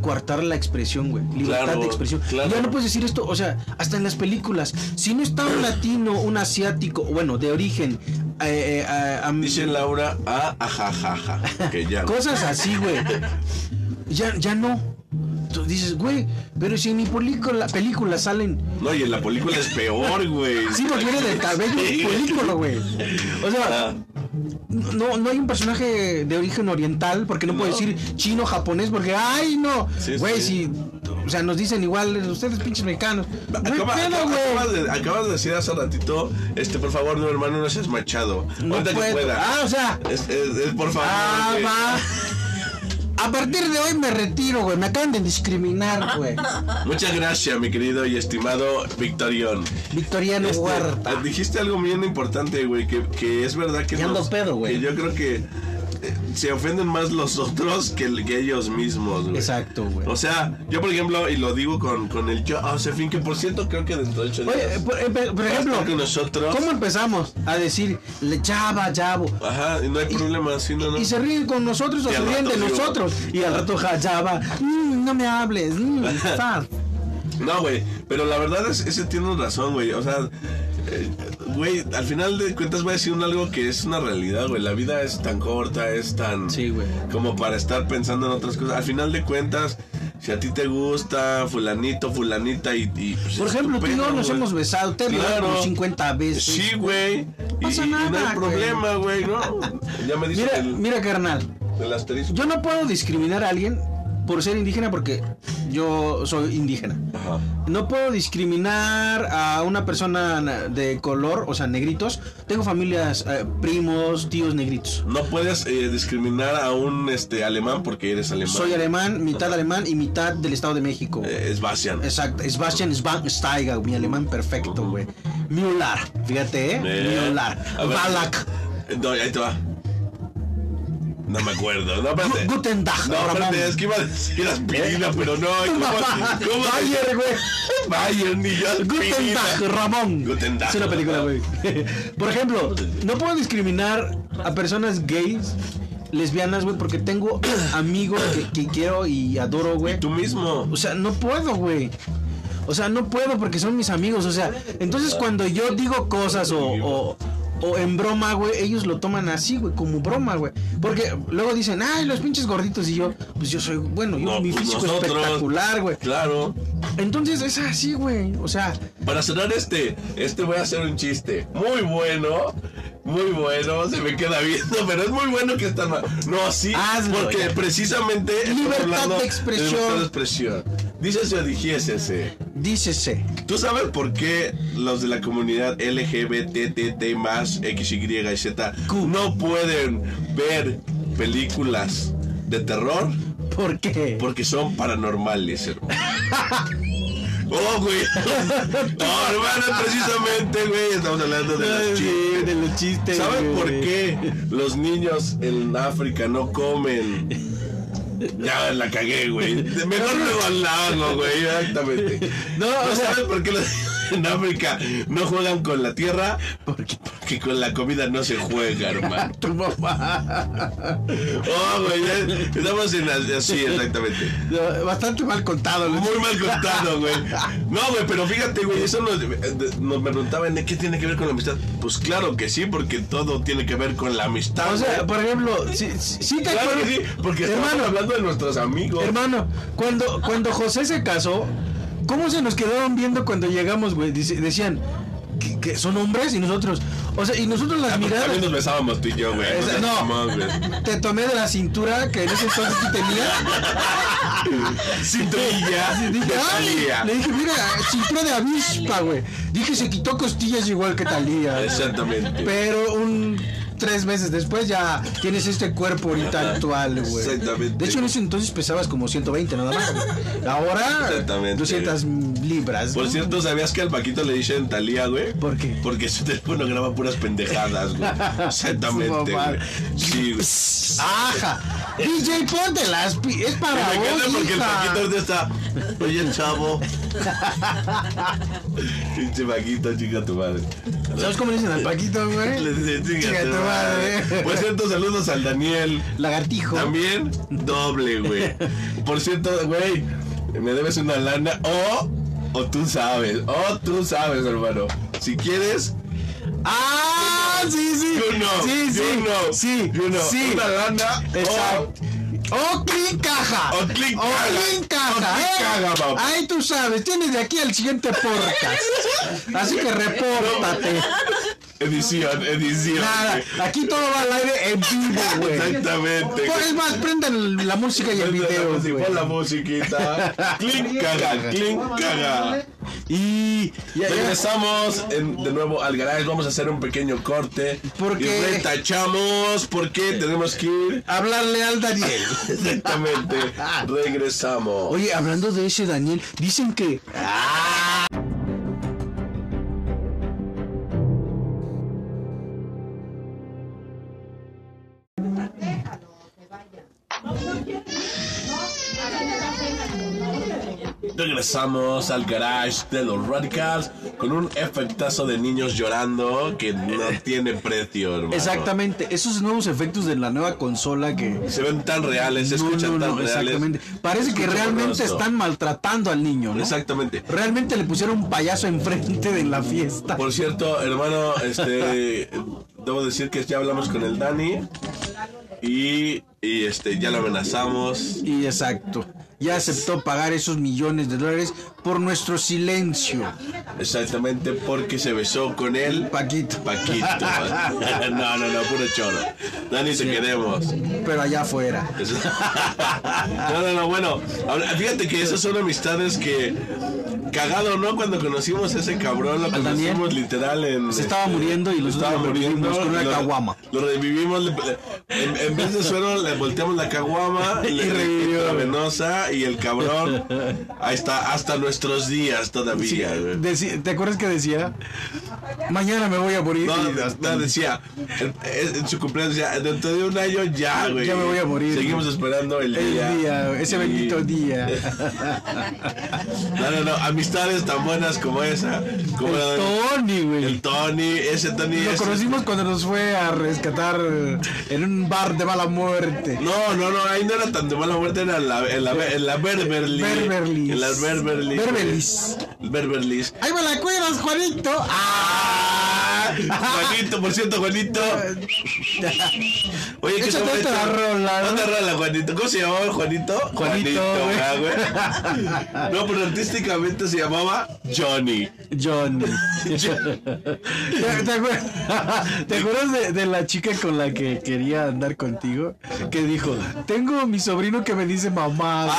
Coartar la expresión, güey. Libertad
Claro,
de expresión.
claro.
Ya no puedes decir esto, o sea, hasta en las películas. Si no está un latino, un asiático, bueno, de origen, eh, eh, a- a-
Dice Laura, ah, ajajaja. Que ya.
cosas así, güey. Ya, ya no. Tú dices, güey, pero si en mi película, película salen.
No, y en la película es peor, güey.
Sí, nos viene del cabello
Sí.
un polículo, güey. O sea,
Ah,
no, no hay un personaje de origen oriental, porque no, puedo
No.
decir chino, japonés, porque ay no.
Sí,
Güey,
sí.
si. O sea, nos dicen igual, ustedes pinches mexicanos. No hay
acaba-
pedo,
acaba-
güey.
acabas, de, acabas de decir hace ratito, este, por favor, no, hermano, no seas machado.
No
Ahorita que
puedo.
pueda.
Ah, o sea.
Es- es- es, por favor.
Ah,
güey.
va. A partir de hoy me retiro, güey. Me acaban de discriminar, güey.
Muchas gracias, mi querido y estimado Victorión.
Victoriano
Este,
Huerta.
dijiste algo bien importante, güey, que, que es verdad que...
Ya ando pedo, güey.
que yo creo que... eh, se ofenden más los otros que, que ellos mismos, güey.
Exacto, güey.
O sea, yo por ejemplo, y lo digo con, con el Josephine, que por cierto creo que dentro de ocho días.
Oye, por, eh, por- por
va a
ejemplo,
estar con nosotros.
¿cómo empezamos a decir le chava, chavo?
Ajá, y no hay problema, sí, no, no.
Y se ríen con nosotros o
Y
se
al
ríen de
rato digo-
nosotros. <laughs> Y al rato ja, chava, "Mm, no me hables, <laughs> mm, fa".
No, güey, pero la verdad es ese tiene razón, güey. O sea, eh, güey, al final de cuentas voy a decir un algo que es una realidad, güey. La vida es tan corta, es tan...
Sí, güey.
Como para estar pensando en otras cosas. Al final de cuentas, si a ti te gusta fulanito, fulanita y... y, pues,
Por
es
ejemplo, tú y
estupendo,
yo nos
güey.
hemos besado, te he besado
Claro.
como 50 veces.
Sí, güey. Y,
pasa
y no
nada,
hay problema, güey, ¿no? Ya me dice
Mira,
el,
mira, carnal,
el asterisco.
yo no puedo discriminar a alguien por ser indígena porque yo soy indígena.
Ajá.
No puedo discriminar a una persona na- de color, o sea, negritos. Tengo familias, eh, primos, tíos negritos.
No puedes eh, discriminar a un este alemán porque eres alemán.
Soy alemán, mitad alemán y mitad del Estado de México. güey.
Eh, es Bastian.
Exacto, es Bastian Schweinsteiger, mi alemán perfecto, güey. Müller, fíjate, eh.
Eh,
Müller.
a ver.
Balak.
No, ahí te va. No me acuerdo. No, espérate.
Gu- Guten Tag,
No,
Ramón.
espérate, es que iba a
<laughs>
decir aspirina, pero no. ¿Cómo? ¿Cómo?
Bayer, güey.
Bayer, ni yo
Guten
aspirina.
Tag, Ramón.
Guten Tag.
Es una película, güey. Por ejemplo, no puedo discriminar a personas gays, lesbianas, güey, porque tengo <coughs> amigos que, que quiero y adoro, güey.
Tú mismo.
O sea, no puedo, güey. O sea, no puedo porque son mis amigos. O sea, entonces cuando yo digo cosas o, o- o en broma, güey, ellos lo toman así, güey, como broma, güey. Porque luego dicen, ay, los pinches gorditos. Y yo, pues yo soy, bueno, yo,
No,
mi
pues
físico
nosotros.
espectacular, güey.
Claro.
Entonces es así, güey. O sea,
Para cerrar este, este voy a hacer un chiste. Muy bueno. Muy bueno, se me queda viendo, <laughs> pero es muy bueno que está mal. No, sí,
Hazlo,
porque
ya.
precisamente. estamos
Libertad
hablando
de expresión.
libertad de expresión. Dícese o dijésese.
dícese.
¿Tú sabes por qué los de la comunidad LGBTT más X, Y y Z
Q.
no pueden ver películas de terror?
¿Por qué?
Porque son paranormales, hermano.
<laughs>
Oh, güey. No, hermano, precisamente, güey. Estamos hablando de
Ay,
los
güey, de
chistes.
los chistes.
¿Saben
güey.
por qué los niños en África no comen? Ya la cagué, güey. Mejor luego al lago, güey. Exactamente.
No, o
¿No
sea-
saben por qué los niños en África no juegan con la tierra?
¿Por qué?
Porque con la comida no se juega,
<laughs>
hermano.
Tu mamá.
Oh, güey. ya Estamos en la- así, exactamente.
Bastante mal contado, güey.
Muy mal contado, güey. No, güey, pero fíjate, güey, eso nos, nos preguntaban ¿eh? qué tiene que ver con la amistad. Pues claro que sí, porque todo tiene que ver con la amistad.
O sea,
güey.
por ejemplo, si, si, si te
claro que
acuerdas-
sí, porque estamos
hermano,
hablando de nuestros amigos.
hermano, cuando, cuando José se casó, ¿cómo se nos quedaron viendo cuando llegamos, güey? Dice- decían que, que son hombres y nosotros, o sea, y nosotros
Ah,
las
porque
miradas.
también nos besábamos tú y yo, güey.
O sea,
seas
no.
mamón, güey.
<laughs> Te tomé de la cintura que en ese entonces tú tenías.
Cinturilla.
Y dije, "Ay",
Talía.
le dije, mira, cintura de avispa, güey. Dije, se quitó costillas igual que Talía.
Exactamente.
Pero un tres meses después ya tienes este cuerpo ahorita actual, güey.
Exactamente.
De hecho, en ese entonces pesabas como 120 nada más. güey. Ahora,
Exactamente. Pues,
200 libras.
Por
¿no?
cierto, ¿sabías que al Paquito le dicen Talía, güey?
¿Por qué?
Porque su teléfono graba puras pendejadas, güey. Exactamente,
<laughs> Su mamá.
güey. Sí, güey.
¡Aja! DJ, ponte las pi- Es para
Me
vos,
encanta porque el
hija.
Paquito ahorita está. Oye,
<laughs>
chavo. Pinche Paquito, chica tu madre.
¿Sabes cómo le dicen al
<laughs>
Paquito,
Le
güey?
dice, chica
Chica
tu
tu
madre.
madre.
Por cierto, saludos al Daniel.
Lagartijo.
También doble, güey. Por cierto, güey, me debes una lana o. O tú sabes, o tú sabes, hermano. Si quieres,
¡Ah! Sí, sí.
you know.
sí, sí.
you know,
sí,
you know.
sí.
Una lana o.
Exacto. O clic Oh. caja.
O clic caja.
clic caja,
O clic
¿eh?
caja, papá.
Ahí tú sabes, tienes de aquí al siguiente podcast. Así que repórtate.
Edición, edición.
Nada, aquí todo va al aire en vivo, güey.
Exactamente.
Pues, Es más, prendan la música y el
Prende la
video,
música,
güey.
pon la
<laughs>
musiquita. Clic caga, clic caga.
Y ya, ya.
Regresamos en- de nuevo al garage. Vamos a hacer un pequeño corte.
Porque-
Y retachamos porque tenemos que ir. <laughs>
hablarle al Daniel.
Exactamente. Regresamos.
Oye, hablando de ese Daniel, dicen que
regresamos al garage de los Radicals con un efectazo de niños llorando que
<laughs>
no tiene precio, hermano.
Exactamente, esos nuevos efectos de la nueva consola que...
Se ven tan reales, se
No,
escuchan
no,
tan
no,
reales.
exactamente. Parece que
Escuchan
realmente
horroroso.
están maltratando al niño, ¿no?
Exactamente.
Realmente le pusieron un payaso enfrente de la fiesta.
Por cierto, hermano, este debo decir que ya hablamos con el Dani y, y, este ya lo amenazamos.
Y exacto. Ya aceptó pagar esos millones de dólares por nuestro silencio,
Exactamente porque se besó con él.
Paquito.
Paquito. <laughs> No, no, no, puro choro. Dani, te queremos. <laughs>
Pero allá afuera.
No, no, no, bueno. ahora, Fíjate que esas son amistades que. Cagado, ¿no? Cuando conocimos a ese cabrón, lo
Al Daniel.
conocimos literal en.
Se estaba muriendo y nosotros
estaba
lo revivimos
muriendo.
con una
lo-
caguama.
Lo revivimos. le- le- en, en vez de suero, le volteamos la
<laughs>
caguama.
Y
le- le
revivió.
quitó La venosa y el cabrón. Ahí está, hasta nuestros días
Sí,
todavía. güey.
decí- ¿Te acuerdas que decía? Mañana me voy a morir.
No,
Y hasta-
no, decía, el- en, en su cumpleaños decía, dentro de un año ya, güey.
Ya me voy a morir.
Seguimos esperando el,
el día, ese
Y- <laughs>
bendito día.
No, no, no, amistades tan buenas como esa. Como la- el,
El Tony, güey.
Tony, ese Tony.
Lo
ese-
conocimos cuando nos fue a rescatar en un bar de mala muerte.
No, no, no, ahí no era tan de mala muerte, era en la, en la, en la Berberly.
Berberlis.
En la Berberly.
Berberlis.
Berberlis.
¡Ahí me la cuidas, Juanito!
¡Ah! Juanito, por cierto, Juanito. Oye,
Échate
se
otra rola, ¿no?
Otra rola, Juanito. ¿Cómo se llamaba Juanito?
Juanito, güey.
ah, güey. No, pero artísticamente se llamaba Johnny. <laughs>
Johnny. ¿Te, te acuer- ¿Te acuerdas de, de la chica con la que quería andar contigo? Que dijo, tengo mi sobrino que me dice mamá. güey".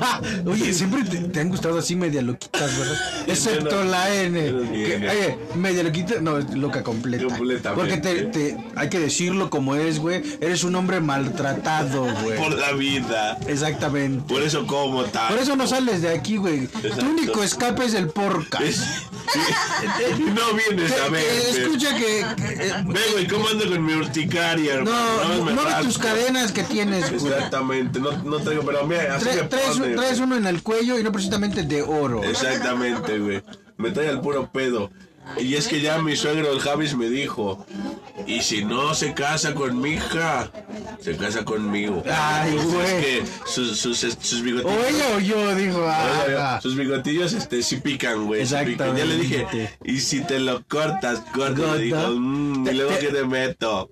Ah.
Oye, siempre te, te han gustado así media loquitas, ¿verdad? Excepto
Bueno,
la N.
eres bien,
Que-
¿eh?
oye, media loquita, no, es loca completa.
Completamente.
Porque te, te- hay que decirlo como es, güey. Eres un hombre maltratado, güey.
Por la vida.
Exactamente.
Por eso como tal.
Por eso no sales de aquí, güey.
Exacto.
Tu único escape es el porca. <laughs>
no vienes a ver.
Que-
pues.
que Eh, escucha que. que- eh,
Ve, güey, ¿cómo ando con mi urticaria, hermano?
no,
me
mueve
rasco.
tus cadenas que tienes, güey.
Exactamente, no, no traigo, pero mira, así
Tres,
me
tres-
pone,
tres uno en el cuello y no precisamente de oro.
Exactamente, güey. Me trae al puro pedo. Y es que ya mi suegro, el Javis, me dijo: Y si no se casa con mi hija, se casa conmigo.
Ay,
Pues
güey.
Es que sus, sus, sus
O
bigotillos.
ella o yo, dijo. ah, ah.
Sus bigotillos, este, sí pican, güey. sí pican. Ya le dije,
Exactamente.
y si te lo cortas, gordo,
Gordo.
me dijo, "Mm,
Te-
y luego
te-
que te
<laughs>
meto.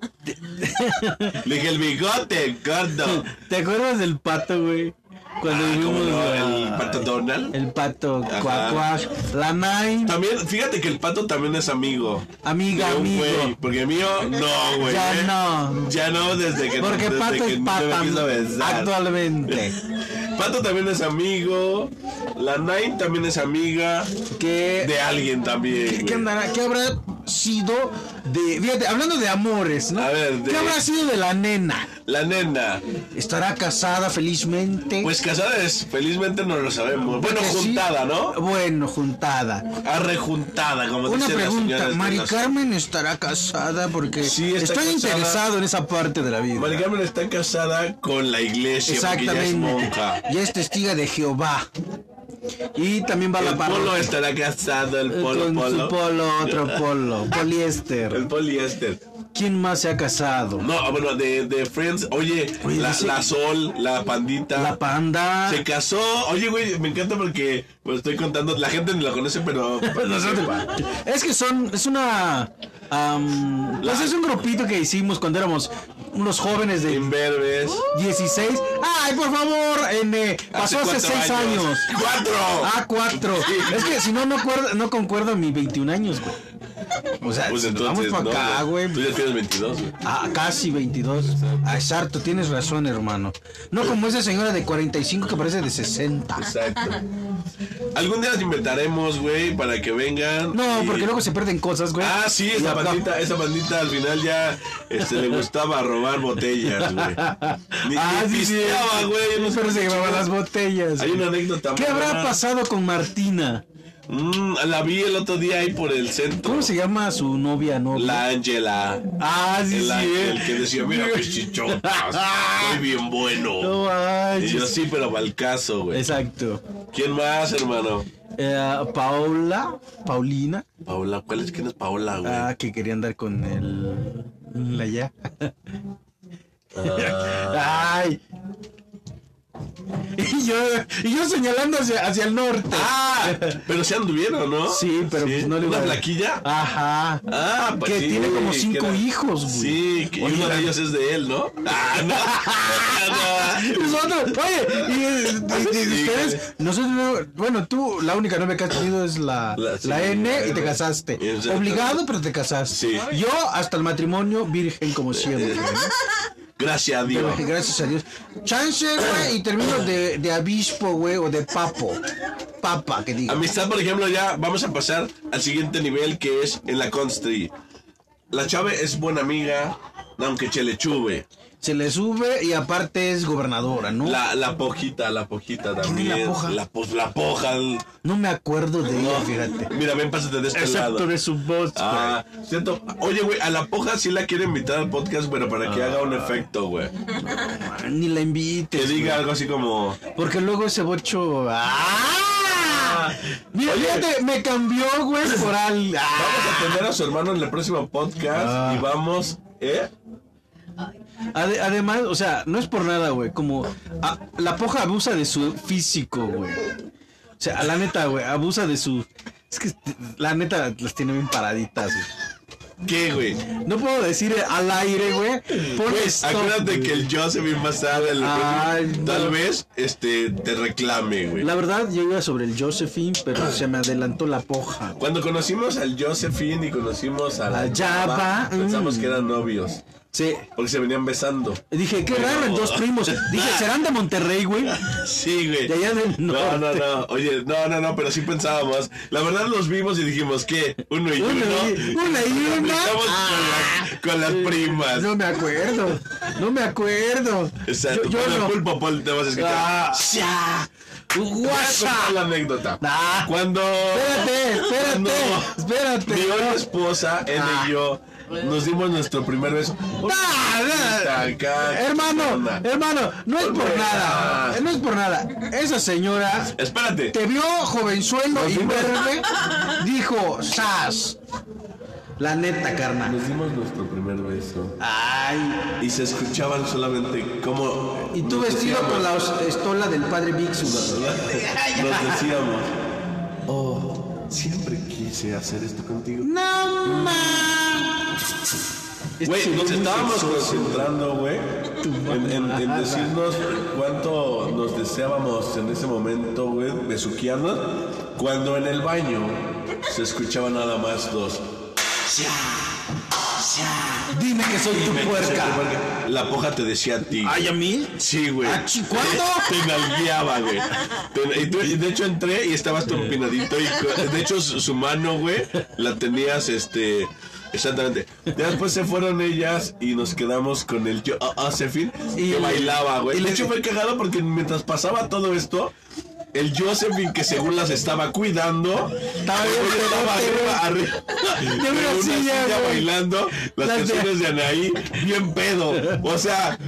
le dije, el bigote, gordo.
¿Te acuerdas del pato, güey? Cuando
Ah,
vivimos
¿cómo no? el pato Donald.
el pato
Ajá.
cuac, cuac, la nine,
También, fíjate que el pato también es amigo.
amiga,
De un
amigo.
güey, porque mío, no, güey.
Ya
¿eh?
no.
Ya no, desde que
Porque
desde
pato
que
es
no me quiso
pata
besar.
actualmente.
Pato también es amigo. La Nine también es amiga.
Que
De alguien también.
¿Qué,
güey.
qué andará? ¿Qué habrá sido de. Fíjate, hablando de amores, ¿no?
A ver, de-
¿Qué habrá sido de la nena?
La nena.
¿Estará casada felizmente?
Pues casada es, felizmente no lo sabemos. Bueno,
Porque sí.
juntada, ¿no?
Bueno, juntada.
Arrejuntada, como
Una
dicen las
pregunta,
señoras de
¿Mari
las-
Carmen estará casada? Porque
Sí, está
estoy
casada.
interesado en esa parte de la vida.
Mari Carmen está casada con la iglesia porque ella es
Exactamente.
monja.
Y es testiga de Jehová. Y también va a
El
la parroquia.
polo estará casado, el polo,
Con
polo.
su polo,
<laughs>
otro polo. Poliéster.
El poliéster.
¿Quién más se ha casado?
No, ah, bueno, de, de Friends, oye,
Oye,
la,
dice-
la Sol, la Pandita.
La panda.
se casó, oye güey, me encanta porque pues, estoy contando, la gente no la conoce, pero
<laughs> Nosotros- Es que son, es una. am, pues es un grupito que hicimos cuando éramos unos jóvenes de
Inverbes.
16. ¡Ay, por favor! en, eh, pasó hace
cuatro
6 años.
¡Cuatro!
Ah, cuatro. Es que si no, no, cuerda- no concuerdo en mis 21 años, güey. O sea,
Pues
si nos
entonces,
vamos para acá,
no,
güey.
Tú ya tienes 22, güey.
Ah, casi 22. Ah, exacto, tienes razón, hermano. No como esa señora de 45 que parece de 60. <laughs>
Exacto. Algún día las inventaremos, güey, para que vengan.
No,
y-
porque luego se pierden cosas, güey.
Ah, sí,
Y
esa
acá- <laughs>
bandita, esa bandita al final ya este, le gustaba robar botellas, güey. Ni,
Ah,
ni
sí,
pisteaba,
sí.
güey. yo no sé
Pero
cómo
se llevaba
chingados.
las botellas.
Hay una anécdota.
¿Qué
muy
habrá
buena.
pasado con Martina?
Mm, la vi el otro día ahí por el centro.
¿Cómo se llama su novia, no?
La Ángela.
Ah, sí,
El,
sí.
ángel
eh.
que decía, mira qué chichotas, soy bien bueno.
<laughs> No
y yo
manches.
sí, pero mal caso, güey.
Exacto.
¿Quién más, hermano?
Eh, Paola, Paulina,
Paola, ¿cuál es quién es Paola, güey?
ah, que quería andar con el. La ya.
Ah.
<laughs> Ay. Y yo, y yo señalando hacia, hacia el norte.
Ah, pero se anduvieron, ¿no?
Sí, pero pues no le
¿Una
iba a-
flaquilla?
Ajá.
Ah, pues
que
sí,
tiene como
que
cinco
era-
hijos, güey.
Sí, que y
Oye,
uno
la-
de ellos es de él, ¿no? Ah, no.
Y nosotros, oye, y, y- y- y
Sí,
ustedes, nosotros, no- bueno, tú, la única novia que has tenido es la,
La-
la,
sí,
N y te
la-
casaste.
Exacto.
Obligado, pero te casaste.
Sí.
Yo, hasta el matrimonio, virgen como siempre.
<laughs> Gracias a Dios.
Pero, Gracias a Dios. Chance, güey, y termino de, de obispo, güey, o de papo. Papa, que diga.
Amistad, por ejemplo, ya vamos a pasar al siguiente nivel que es en la country. La Chave es buena amiga, aunque chelechuve.
Se le sube y aparte es gobernadora, ¿no?
La, la pojita, la pojita
¿Quién es
también.
la poja?
La, po- la poja. el-
No me acuerdo de ella, fíjate.
Mira, ven, pásate de este lado.
su voz,
Ah, siento. Oye, güey, a la poja sí la quiero invitar al podcast, pero para
Ah.
que haga un efecto, güey.
güey. Ni la invites.
Que diga algo así como.
Porque luego ese bocho. ¡Ah! Mira,
Oye.
fíjate, me cambió, güey, por al.
Vamos
¡Ah!
a tener a su hermano en el próximo podcast
Ah.
y vamos, ¿eh?
Ade- además, o sea, no es por nada, güey. Como ah, la poja abusa de su físico, güey. O sea, la neta, güey, abusa de su. Es que la neta las tiene bien paraditas, güey.
¿Qué, güey?
No puedo decir eh, al aire, güey. Pon
Güey,
stop,
acuérdate
güey.
que el Josephine más tarde, el-
Ay, no.
tal vez, este, te reclame, güey.
La verdad, yo iba sobre el Josephine, pero se me adelantó la poja. güey.
Cuando conocimos al Josephine y conocimos a la
La Java,
Java, pensamos
mm.
que eran novios,
Sí.
porque se venían besando.
Dije, qué raro, en dos primos. Dije, ¿serán de Monterrey, güey?
Sí, güey.
De allá del
No, no,
norte.
no. Oye, no, no, no, pero sí pensábamos. La verdad los vimos y dijimos que uno y uno.
Uno y- una y
Nos
una.
aplicamos con, la- con las primas.
No me acuerdo. No me acuerdo.
Exacto.
Yo, yo
con
no.
la culpa, Paul, te vas a escuchar.
Ah.
¡Sha! Voy a contar la
¡Guasa!
anécdota.
Ah.
Cuando
Espérate, espérate, espérate.
mi hoy esposa, él
Ah.
y yo, nos dimos nuestro primer beso.
Ah,
Está acá,
Hermano, eh.
chingona.
hermano, no es por
Hombre,
nada.
ah.
eh, No es por nada. Esa señora
Espérate.
te vio jovenzuelo y
dimos-
verde. Dijo, ¡sas! La neta, carnal.
Nos dimos nuestro primer beso.
Ay.
Y se escuchaban solamente como.
Y tú vestido con la os- estola del padre Bixu.
Nos
<laughs>
decíamos. Oh, siempre quise hacer esto contigo.
No ma. Este
Güey, nos estábamos concentrando, güey, en, en- en decirnos cuánto nos deseábamos en ese momento, güey, besuquearnos, cuando en el baño se escuchaba nada más dos.
Dime que soy tu puerca.
La poja te decía a ti.
¿Ay, a mí?
Sí, güey.
Ah, chi, ¿cuándo?
<laughs> Te, te nalgueaba, güey. Te- y, tú- y de hecho entré y estabas torpinadito. Y, co- de hecho, su, su mano, güey, la tenías, este. Exactamente. Ya después se fueron ellas y nos quedamos con el yo, a- a Josephine,
Y-
que bailaba, güey.
y
Y de
le-
hecho fue cagado porque mientras pasaba todo esto. El Josephine que según las estaba cuidando
Estaba bien
güey, estaba arriba, arriba
De una silla, güey.
bailando las,
Las de-
canciones de Anaí bien pedo. O sea,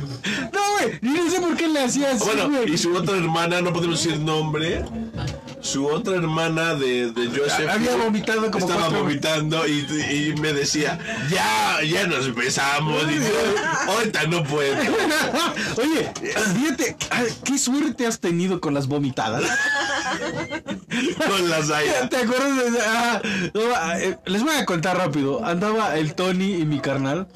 No, güey. Yo no sé por qué le hacía así,
Ah, bueno,
güey.
y su otra hermana, no podemos decir nombre. Su otra hermana de, de Joseph.
Ah, Había vomitado como
Estaba
cuatro-
vomitando y, y me decía, ya, ya nos besamos. Y yo, ahorita no puedo.
<laughs> Oye, fíjate, ay, qué suerte has tenido con las vomitadas. <laughs>
Con las Zaya.
¿Te acuerdas de esa? Ah, no, ah, eh, les voy a contar rápido. Andaba el Tony y mi carnal.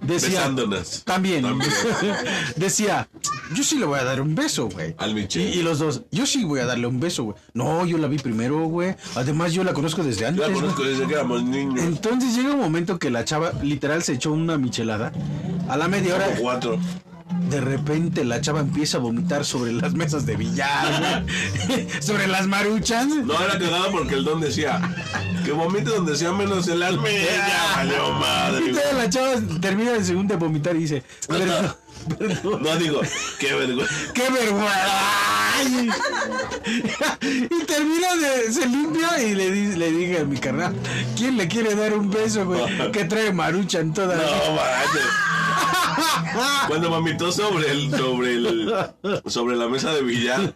Decía,
Besándonos.
También.
También.
<laughs> decía, yo sí le voy a dar un beso, güey.
Al
Y,
Michel.
y los dos, yo sí voy a darle un beso, güey. No, yo la vi primero, güey. Además, yo la conozco desde
Yo
antes.
la
güey.
conozco desde que éramos niños.
Entonces llega un momento que la chava literal se echó una michelada. A la media hora,
Como cuatro.
de repente la chava empieza a vomitar sobre las mesas de billar, güey. <laughs> sobre las maruchas.
No era cagado porque el don decía, que vomite donde sea menos el alma. Ya, valió
Y
madre.
todavía la chava termina de segundo de vomitar y dice, "Perdón, perdón.
No digo, qué vergüenza.
¡Qué vergüenza! <laughs> y termina de. Se limpia y le, di- le dije a mi carnal: ¿Quién le quiere dar un beso, güey? Que trae maruchan toda la-
No, manches. Cuando vomitó sobre el, sobre el, sobre la mesa de billar,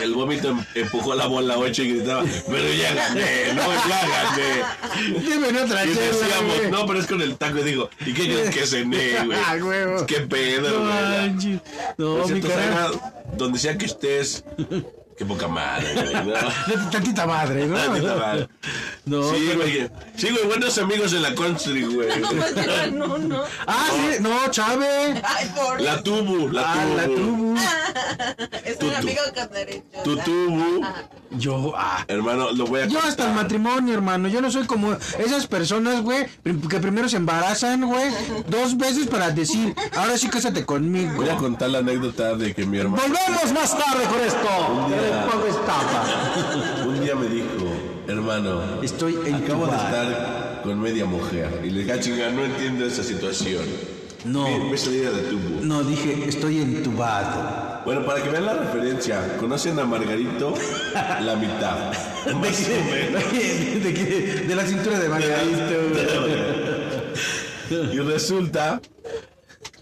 el vómito em- empujó la bola 8 y gritaba, pero ya gané, no, ya gané.
Dime otra
Y
chela,
decíamos,
güey.
no, pero es con el taco, y digo, ¿y qué crees que cené, güey?
<laughs> Ah, huevo.
Qué pedo,
No,
güey.
manches.
Por
No, mi
cierto,
carnal.
Sara, donde sea que estés, qué poca madre, güey.
<laughs>
¿no?
Tantita madre, ¿no?
Tantita madre.
No,
sí,
pero-
güey. Sí, güey, buenos amigos en la country, güey.
<laughs> No, no.
Ah, sí, no, Chávez.
Ay, por
La tubu, Ah, la
Ah,
tubu.
la tubu.
Es
Tú,
un
tú.
amigo con derecho.
Tu
¿verdad?
tubu.
Yo, ah.
Hermano, lo voy a
Yo hasta el
contar.
matrimonio, hermano. Yo no soy como esas personas, güey, prim- que primero se embarazan, güey, dos veces para decir, ahora sí cásate conmigo.
Voy a contar la anécdota de que mi hermano
Volvemos más tarde con esto.
día.
El poco estaba.
un día me dijo, hermano,
Estoy en
acabo de
Cuba.
estar con media mujer. Y le dije, "Ah, chinga, no entiendo esa situación.
No,
Me, me salí de la tubu.
no dije, estoy entubado.
Bueno, para que vean la referencia, conocen a Margarito la
<laughs>
mitad. Más o menos.
<laughs> ¿De, qué? de la cintura de Margarito. güey.
Y resulta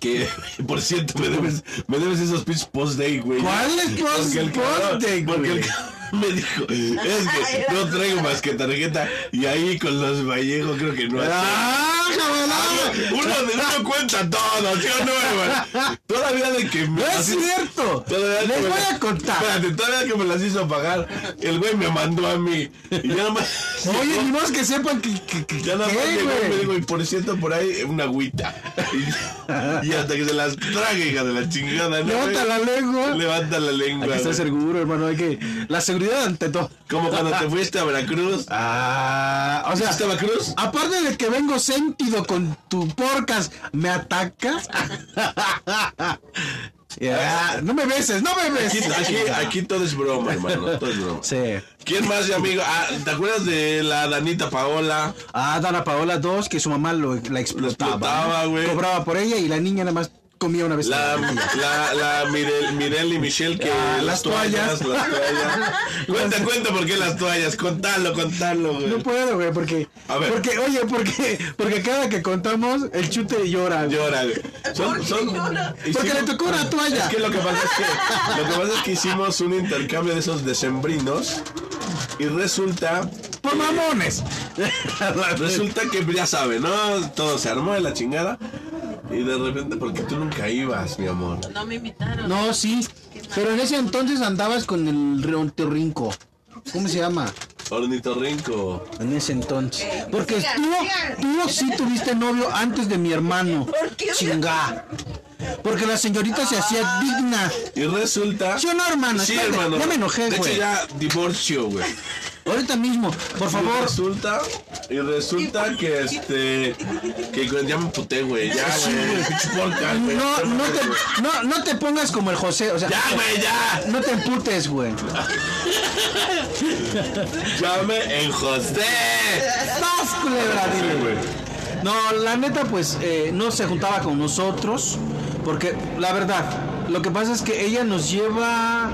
que, <laughs> por cierto, me debes, me debes esos pitch post day, güey.
¿Cuáles
Porque el cabrón-
post day,
Porque el
güey?
cabrón me dijo, es que no traigo más que tarjeta. Y ahí con los Vallejo creo que no hace.
¡Ah, cabrón!
Uno de uno cuenta todo, ¿sí o no, hermano? Todavía de que me
¡No es
hace-
cierto!
Todavía que
Les
me
voy
la-
a contar.
Espérate, todavía que me las hizo pagar, el güey me mandó a mí. Y ya nomás.
Oye, ni más que sepan que. que, que-
Ya nada
¿qué,
más llegó y me
güey?
dijo, y por cierto, por ahí una agüita. <laughs> Y, y hasta que se las trague, hija de la chingada. ¿no, güey?
Levanta la lengua.
Levanta la lengua.
Hay que estar
güey.
seguro, hermano. Hay que. La seguridad ante todo.
Como cuando te fuiste a Veracruz.
Ah, o sea,
¿Fuiste a Veracruz?
aparte de que vengo sentido con tu porcas, ¿me atacas? <laughs> Ya, no me beses, no me
Aquí,
beses.
aquí, aquí todo es broma, hermano. Todo es broma.
ah, Sí.
¿Quién más, amigo? Ah, ¿Te acuerdas de la Danita Paola?
Ah, Dana Paola 2, que su mamá lo, la explotaba.
explotaba,
¿no?
güey.
Cobraba por ella y la niña nada más comía una vez.
La,
al día.
la, la Mirel, Mirel y Michelle que
Ah,
las,
las
toallas, Las
toallas.
toallas.
<laughs>
cuenta, cuenta por qué las toallas. Contalo, contalo, güey.
No puedo, güey, porque.
A ver.
Porque, oye, porque, porque cada que contamos, el chute llora. güey.
Llora, güey. Son, son-
Porque le tocó una toalla.
Es que lo que pasa es que lo que pasa es que hicimos un intercambio de esos decembrinos y
<laughs>
resulta
¡Por Pues, mamones!
resulta que ya sabe, ¿no? Todo se armó de la chingada y de repente porque tú nunca ibas, mi amor.
No me invitaron.
No, sí. Pero en ese entonces andabas con el rinco ¿Cómo se llama?
Ornitorrinco.
En ese entonces.
Ok,
Porque
sigan,
tú,
sigan.
tú sí tuviste novio antes de mi hermano.
¿Por qué? Ah.
Chingá. Porque la señorita se hacía digna.
Y resulta
¿Sí o no, hermano?
Sí,
Espérate,
hermano.
ya me enojé,
De hecho
güey.
ya divorcio, güey.
Ahorita mismo, por
Y
favor.
resulta y resulta que este que ya me puté, güey. Ya, güey. Pinche porca, güey.
No, no te, no, no te pongas como el José. O sea,
pues, Ya, güey, ya.
no te emputes,
<laughs>
güey.
Llame en José.
¡Sas, culebra, dile! No, la neta, pues eh, no se juntaba con nosotros. Porque, la verdad, lo que pasa es que ella nos lleva.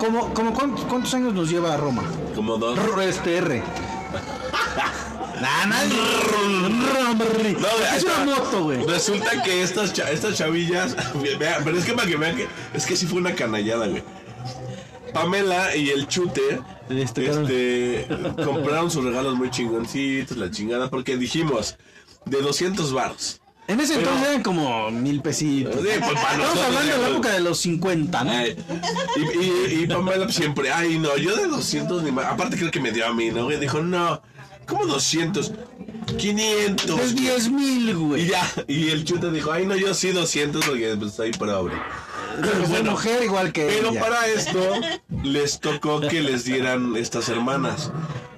Como, como ¿cuántos, cuántos años nos lleva a Roma?
Como dos.
R-
<laughs>
Este R. Nah, nah,
No, güey, ahí
es
está.
una moto, güey.
Resulta que estas, cha- estas chavillas. <laughs> vea, pero es que para que vean que. Es que sí fue una canallada, güey. Pamela y el chute.
Este,
este, compraron sus regalos muy chingoncitos, la chingada. Porque dijimos, de 200 baros.
En ese entonces eran como mil pesitos.
Sí, pues, para
Estamos
nosotros,
hablando de la
ya, Ah,
época de los 50, ¿no?
Ay, y, y, y Pamela siempre, ay, no, yo de 200 ni más. Aparte, creo que me dio a mí, ¿no? Y dijo, no, ¿cómo 200? 500.
Es 10 mil,
Y
güey.
ya, y el chute dijo, ay, no, yo sí 200 porque pues, soy pobre.
Pero fue mujer igual que
Pero
ella.
para esto les tocó que les dieran estas hermanas.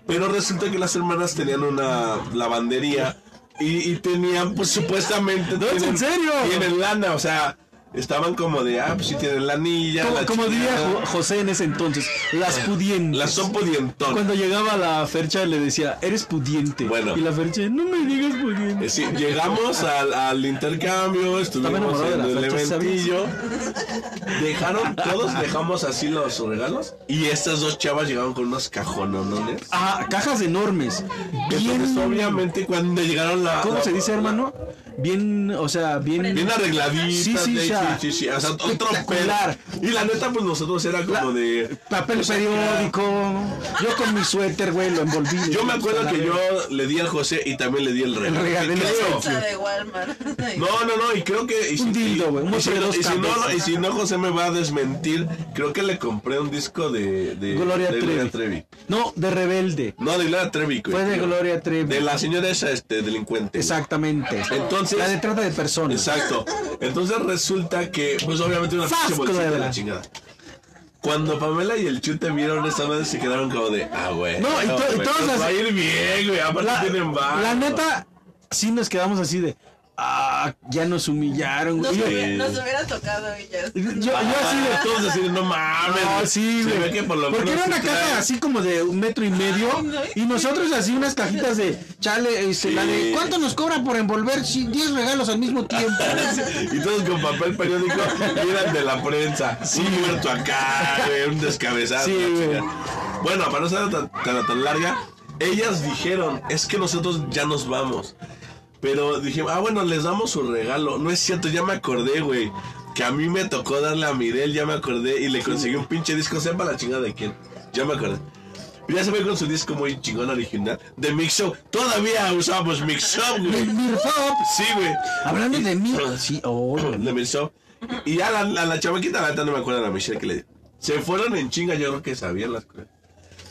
Pero resulta que las hermanas tenían una lavandería y, y tenían, pues supuestamente...
es
tienen-
en serio.
Tienen lana, o sea... estaban como de, ah, pues sí tienen la anilla.
Como,
la
como diría
chingada. Ah,
Jo- José en ese entonces, las pudientes.
Las son pudientonas.
Cuando llegaba la Fercha le decía, eres pudiente.
Bueno.
Y la Fercha, no me digas pudiente.
Eh, sí, llegamos al, al intercambio, estuvimos
enamorado
en
de la
el
Fercha, ¿sabes?
eventillo. Dejaron, todos dejamos así los regalos. Y estas dos chavas llegaron con unos cajonones.
Ah, cajas enormes.
Entonces,
Bien-
obviamente, cuando llegaron la.
¿Cómo
la-
se dice, hermano? Bien, o sea, bien.
Bien arregladitas,
Sí, sí,
de-
o sea,
sí, sí, sí, o sea, otro
espectacular.
pedo. Y la neta, pues nosotros era como
La-
de.
Papel
pues, acá.
periódico. Yo con mi suéter, güey, lo envolví.
Yo me acuerdo que yo le di al José y también le di el regalo.
El regalo,
Y
el
creo-
regalo.
Bolsa de Walmart.
No, no, no, y creo que. y si-
Un dildo, güey, un
y si
mochilero
no- y si no,
cabeza.
y si no, José me va a desmentir. Creo que le compré un disco de. de
Gloria
de
Trevi. No, de rebelde.
No, de Gloria Trevi, güey.
Fue de Gloria Trevi.
De la señora esa, este, delincuente.
Exactamente.
Entonces-
La de trata de personas.
Exacto. Entonces resulta que, pues obviamente una
¡Sas,
pinche bolsita de
culebra!
la chingada. Cuando Pamela y el Chute vieron esa madre se quedaron como de, ah, güey.
No, y to- y
güey,
todas
nos
las-
Va a ir bien, güey. Aparte
La,
tienen barro.
la neta, sí nos quedamos así de. Ah, ya nos humillaron.
Nos,
güey. Yo-
hubiera, nos hubiera tocado y ya.
Yo, yo
Ah,
así de.
todos deciden, no mames.
No,
güey.
Ah, sí,
Se
güey.
ve que por lo
Porque
menos
era una
traen-
caja así como de un metro y medio.
Ay, no.
Y nosotros así unas cajitas de chale. este, la de,
Sí.
¿Cuánto nos cobra por envolver si- 10 regalos al mismo tiempo?
<laughs> Y todos con papel periódico y eran de la prensa. un muerto acá, güey, un descabezado.
Sí,
la
güey.
chingada. Bueno, para no ser tan, tan, tan larga, ellas dijeron, es que nosotros ya nos vamos. Pero dijimos, ah, bueno, les damos su regalo. No es cierto, ya me acordé, güey. Que a mí me tocó darle a Mirel, ya me acordé. Y le conseguí un pinche disco, sepa la chingada de quién. Ya me acordé. Y Ya se ve con su disco muy chingón original de Mix Show. Todavía usamos Mix Show, güey.
Mirfop.
Sí, güey.
Hablando
Y- <clears throat>
de mí.
<laughs>
Sí, oh,
le besó. Y ya la, la, la chamaquita, la neta, no me acuerdo la Michelle que le Se fueron en chinga, yo creo que sabían las cosas.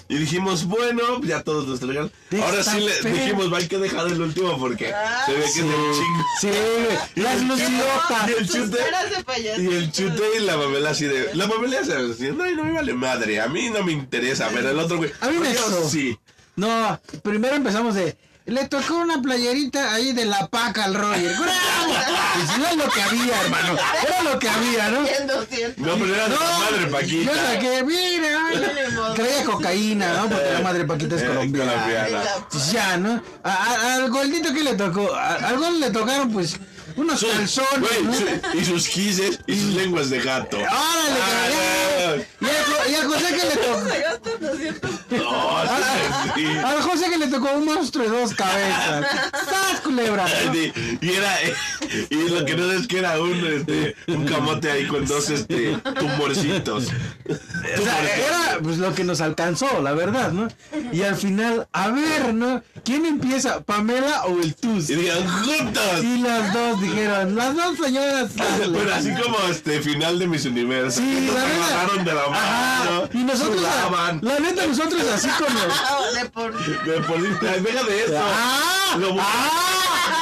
Y dijimos, bueno, pues ya todos nos entregaron.
De
Ahora
esta
sí le
fe.
dijimos, va, hay que dejar el último porque se ve que
Sí,
es el chingo.
sí, güey. Las luciotas.
Y el
Tus
chute.
caras de payaso.
Y el chute y la mamela así de. La mamela se así, no, no me vale madre, a mí no me interesa, pero el otro güey. "Pues
A mí me
yo
hizo.
sí.
No, primero empezamos de.
Le tocó una playerita ahí de la paca al Roger.
<laughs>
Y si no es lo que había, hermano. Era lo que había, ¿no?
100, 200.
No, pero era de la madre,
Yo
Paquita.
saqué, mira, ay, traía cocaína, ¿no? Porque la madre Paquita es
Eh,
colombiana.
colombiana.
Ya, ¿no? A- a- al gordito que le tocó, A- al gol le tocaron pues unos
Sus-
calzones,
güey,
¿no?
su- y sus quises y sus lenguas de gato.
¡Órale,
Ah,
cabrón! Y al Jo- Y al José que le tocó,
Se gastan 200.
No, sí, sí.
al José que le tocó un monstruo de dos cabezas. ¡Sas, culebra!
Sí, Y era y lo que no sé es que era un este, un camote ahí con dos este tumorcitos.
O sea, era pues, lo que nos alcanzó, la verdad, ¿no? Y al final, a ver, ¿no? ¿Quién empieza, Pamela o el Tuz?
Y digan juntos.
Y las dos dijeron, las dos señoras. hazle".
Pero así como este final de mis universos.
Sí,
que nos
la neta.
agarraron de la mano.
Ajá, y nosotros, la,
sudaban.
la neta, nosotros así como.
Ah, de por.
Me pusiste- ay, deja de eso.
¡Ah!
Lo-
¡Ah!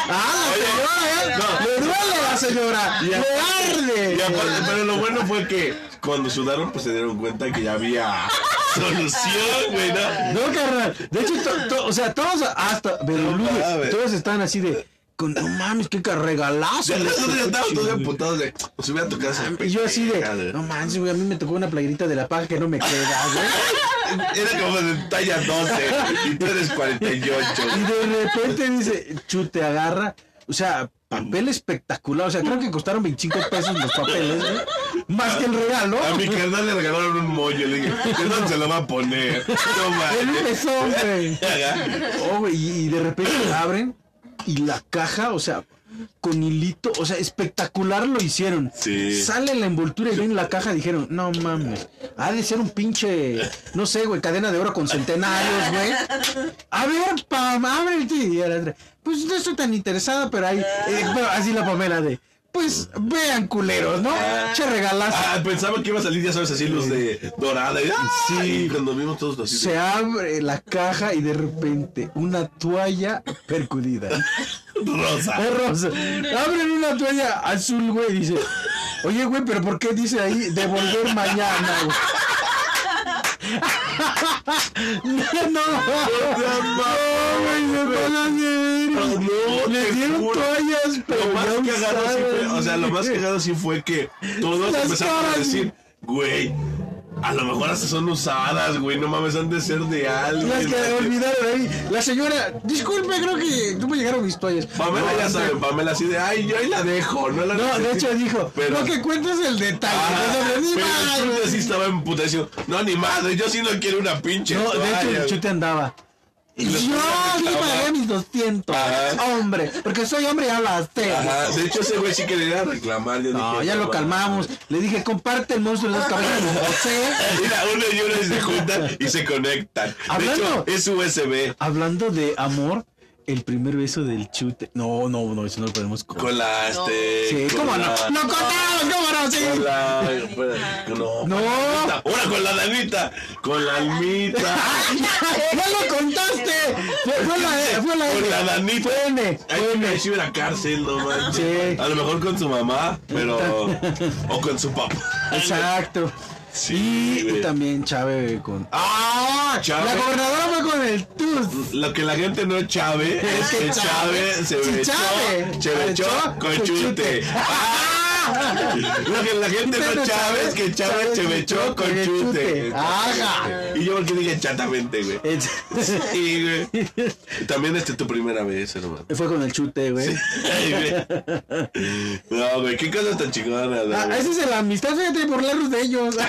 ¡Ah,
Oye,
la señora! ¿eh?
no.
¡Le duele a la señora!
Y aparte-
¡Le
Y
arde!
aparte, pero lo bueno fue que cuando sudaron, pues se dieron cuenta que ya había solución, güey, ¿no?
No, carnal. De hecho, to- to- o sea, todos hasta Berlúe,
mames.
todos están así de. Con, no mames, qué ca- regalazo.
Ya
le
nosotros ya
tocó,
estábamos todos
chingada".
emputados de, pues hubiera tocado esa
Y yo así de,
pendejada.
no manches, güey, a mí me tocó una playerita de la paja que no me queda, güey.
Era como de talla 12 y tú eres 48.
Y de repente dice, chute, agarra. O sea, papel espectacular. O sea, creo que costaron 25 pesos los papeles, güey. Más que el regalo.
A mi carnal le regalaron un mollo, le dije, ¿qué dónde se lo va a
<laughs>
poner? No
El
mames.
pezón, güey.
Ajá.
Oh, güey, y y de repente la abren y la caja, o sea, con hilito, o sea, espectacular lo hicieron.
Sí.
Sale la envoltura y ven la caja, dijeron, no mames, ha de ser un pinche, no sé, güey, cadena de oro con centenarios, güey. A ver, pam, ábrete. Y a la otra, Pues no estoy tan interesada, pero ahí, eh, pero así la Pamela de, pues vean culeros, ¿no? Che regalazo.
Ah, pensaba que iba a salir, ya sabes, así luz de dorada. Y, sí, cuando vimos todos así. de-
Se abre la caja y de repente una toalla percudida.
Rosa.
perros. Abren una toalla azul, güey, y dice. Oye, güey, pero ¿por qué dice ahí devolver mañana,
<laughs>
güey? No, no,
No,
güey, se pasan de verga.
No,
Le
te
dieron
juro.
toallas,
más, pero
Lo más
ya
cagado sí
sabes.
fue, o sea, lo más cagado sí fue que todos
Las
empezaron a
caras.
decir, güey, a lo mejor hasta son usadas, güey, no mames, han de ser de alguien.
Las que olvidaron ahí. La señora, disculpe, creo que no me llegaron mis toallas.
Pamela ya sabe, Pamela así de, ay, yo ahí la dejo, no la
No, de
necesito".
hecho dijo,
pero...
lo que cuenta es el detalle.
Ah,
no
pero
ni
el
madre.
chute sí estaba en putación. No, ni madre, yo sí no quiero una pinche.
No, de hecho,
toalla".
el chute andaba.
Y los-
Yo le pagué mis 200.
Ajá.
Hombre, porque soy hombre y hablaste.
Ajá, de hecho ese güey sí quería reclamar. Yo
No,
dije,
ya lo
va".
calmamos.
Le dije, comparte el monstruo de las cabezas de José.
Mira, uno <laughs> y uno se juntan y se conectan. De hecho,
Hablando-
es USB
Hablando de amor, el primer beso del chute. No, no, no, eso no lo podemos. co-
con la este.
Sí,
con
¿cómo
la-
no?
¡No contaron! ¡Cómo no! Sí.
Con la. No.
No. <laughs>
Ahora con la Danita. Con la
<laughs> Ah,
almita.
¡No lo contaste! Fue, fue la fue la
Con la Danita.
Fue N,
Hay
fue N.
que ir a cárcel, no manches.
Sí.
A lo mejor con su mamá, pero.
<laughs>
O con su papá.
Exacto.
Sí,
y
güey.
también Chávez con.
¡Ah!
La
Chávez.
gobernadora fue con el TUS.
Lo que la gente no es Chávez es que Chávez se
Sí,
bechó,
Chávez.
se bechó
Bechó
con
con
chute.
chute.
¡Ah! <laughs> Lo que la gente no es Chávez es que Chávez se bechó con chute.
Ajá.
Y yo porque dije chatamente, güey.
Es-
Sí, güey. También este tu primera vez, hermano.
Fue con el chute, güey.
Ay, güey. No, güey, qué cosas tan chingonas, güey.
Ah, esa es la amistad, fíjate, burlarnos de ellos.
<laughs>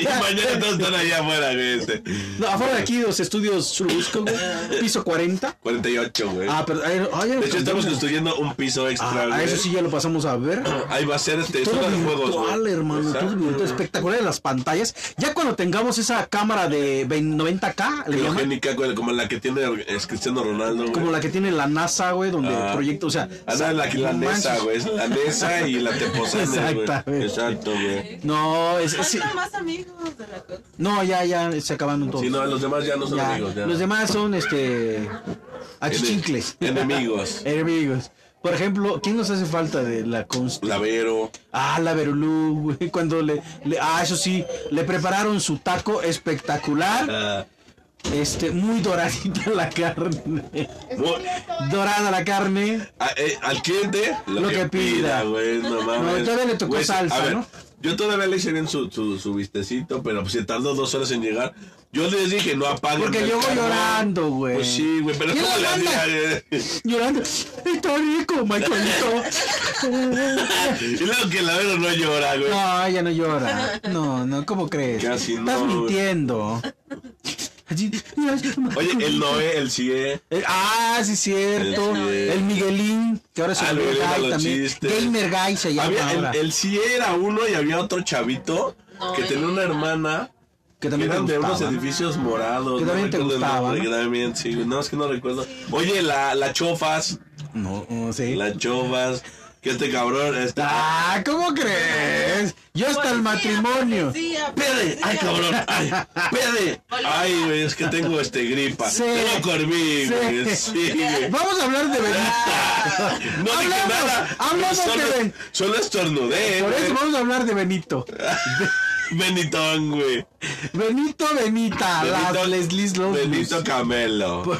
Y mañana todos están allá afuera, güey. este.
<laughs> No, afuera de aquí, los estudios Churubusco, güey. Piso 40.
48, güey.
Ah, pero. ay, ay,
De hecho, estamos
cambiamos.
construyendo un piso extra,
Ah,
güey.
a eso sí ya lo pasamos a ver.
Ahí va a ser este
Todo
zona ¿eh? de
virtual,
juegos, güey.
hermano,
Exacto.
todo virtual, espectacular en las pantallas. Ya cuando tengamos esa cámara de 20 90K, le llaman,
Criogénica, güey, como la que tiene es Cristiano Ronaldo, güey.
como la que tiene la NASA, güey, donde
Ah.
proyecta, o sea,
Ah, no, la, la
no
Nesa,
manches.
güey. Es la Nesa y la Teposana, güey.
Exactamente.
Exacto, güey.
No, es, es- sí.
Faltan más amigos de la cosa.
no, ya, ya, se acabaron todos.
Si no, los demás ya no son
Ya,
amigos. Ya.
Los demás son, este, achichincles.
Ene-
<laughs>
Enemigos.
Enemigos. Por ejemplo, ¿quién nos hace falta de la const?
La Vero.
Ah, la Verulú, güey, cuando le, le- ah, eso sí, le prepararon su taco espectacular.
ah,
Este, muy doradita la carne.
mu-
Dorada la carne.
a- eh, al cliente, lo,
Lo
que,
que
pida,
pida.
güey. No mames.
No, todavía le tocó
Güey, sí,
salsa,
a ver,
¿no?
Yo todavía le hice bien su, su, su vistecito, pero pues se tardó dos horas en llegar. Yo les dije, no apaguen.
Porque
el
llegó
carbón.
llorando, güey.
Pues sí, güey, pero
¿Quién
¿cómo
la
le
manda?
haría?
Llorando. Está rico, Michaelito.
Y luego que la Vero no llora, güey.
No, ya no llora. No, no, ¿cómo crees?
Casi no,
Estás
güey.
mintiendo. Allí-
Oye, el Noé, el E. CIE.
Eh, ah, sí, cierto.
El Miguel.
El Miguelín, que ahora es
Ah,
un
el Miguelín a
guy
los
también.
chistes.
Gamer guy se llama
Había,
ahora.
el, el CIE era uno y había otro chavito que tenía una hermana
que
que
también te
eran de unos
gustaba.
edificios morados.
Que también te
recuerdo el
gustaba,
nombre,
¿no?
que también, sí, no, es que no recuerdo. Oye, la, la Chofas,
No, no sé.
la Chofas, que este cabrón está...
Ah, ¿cómo crees? Yo hasta el matrimonio.
Policía,
¡Pede! ¡Ay, cabrón! ¡Ay! ¡Pede! ¡Ay, güey! Es que tengo este gripa.
Sí.
Tengo corví, güey.
Sí.
Sí,
<laughs>
güey.
Vamos a hablar de Benito.
No dije
Hablamos,
nada.
hablamos
solo,
de Ben.
solo estornudé,
Por
güey.
eso vamos a hablar de Benito.
Benitón, güey.
Benito, Benita, las Leslie López.
Benito Camelo.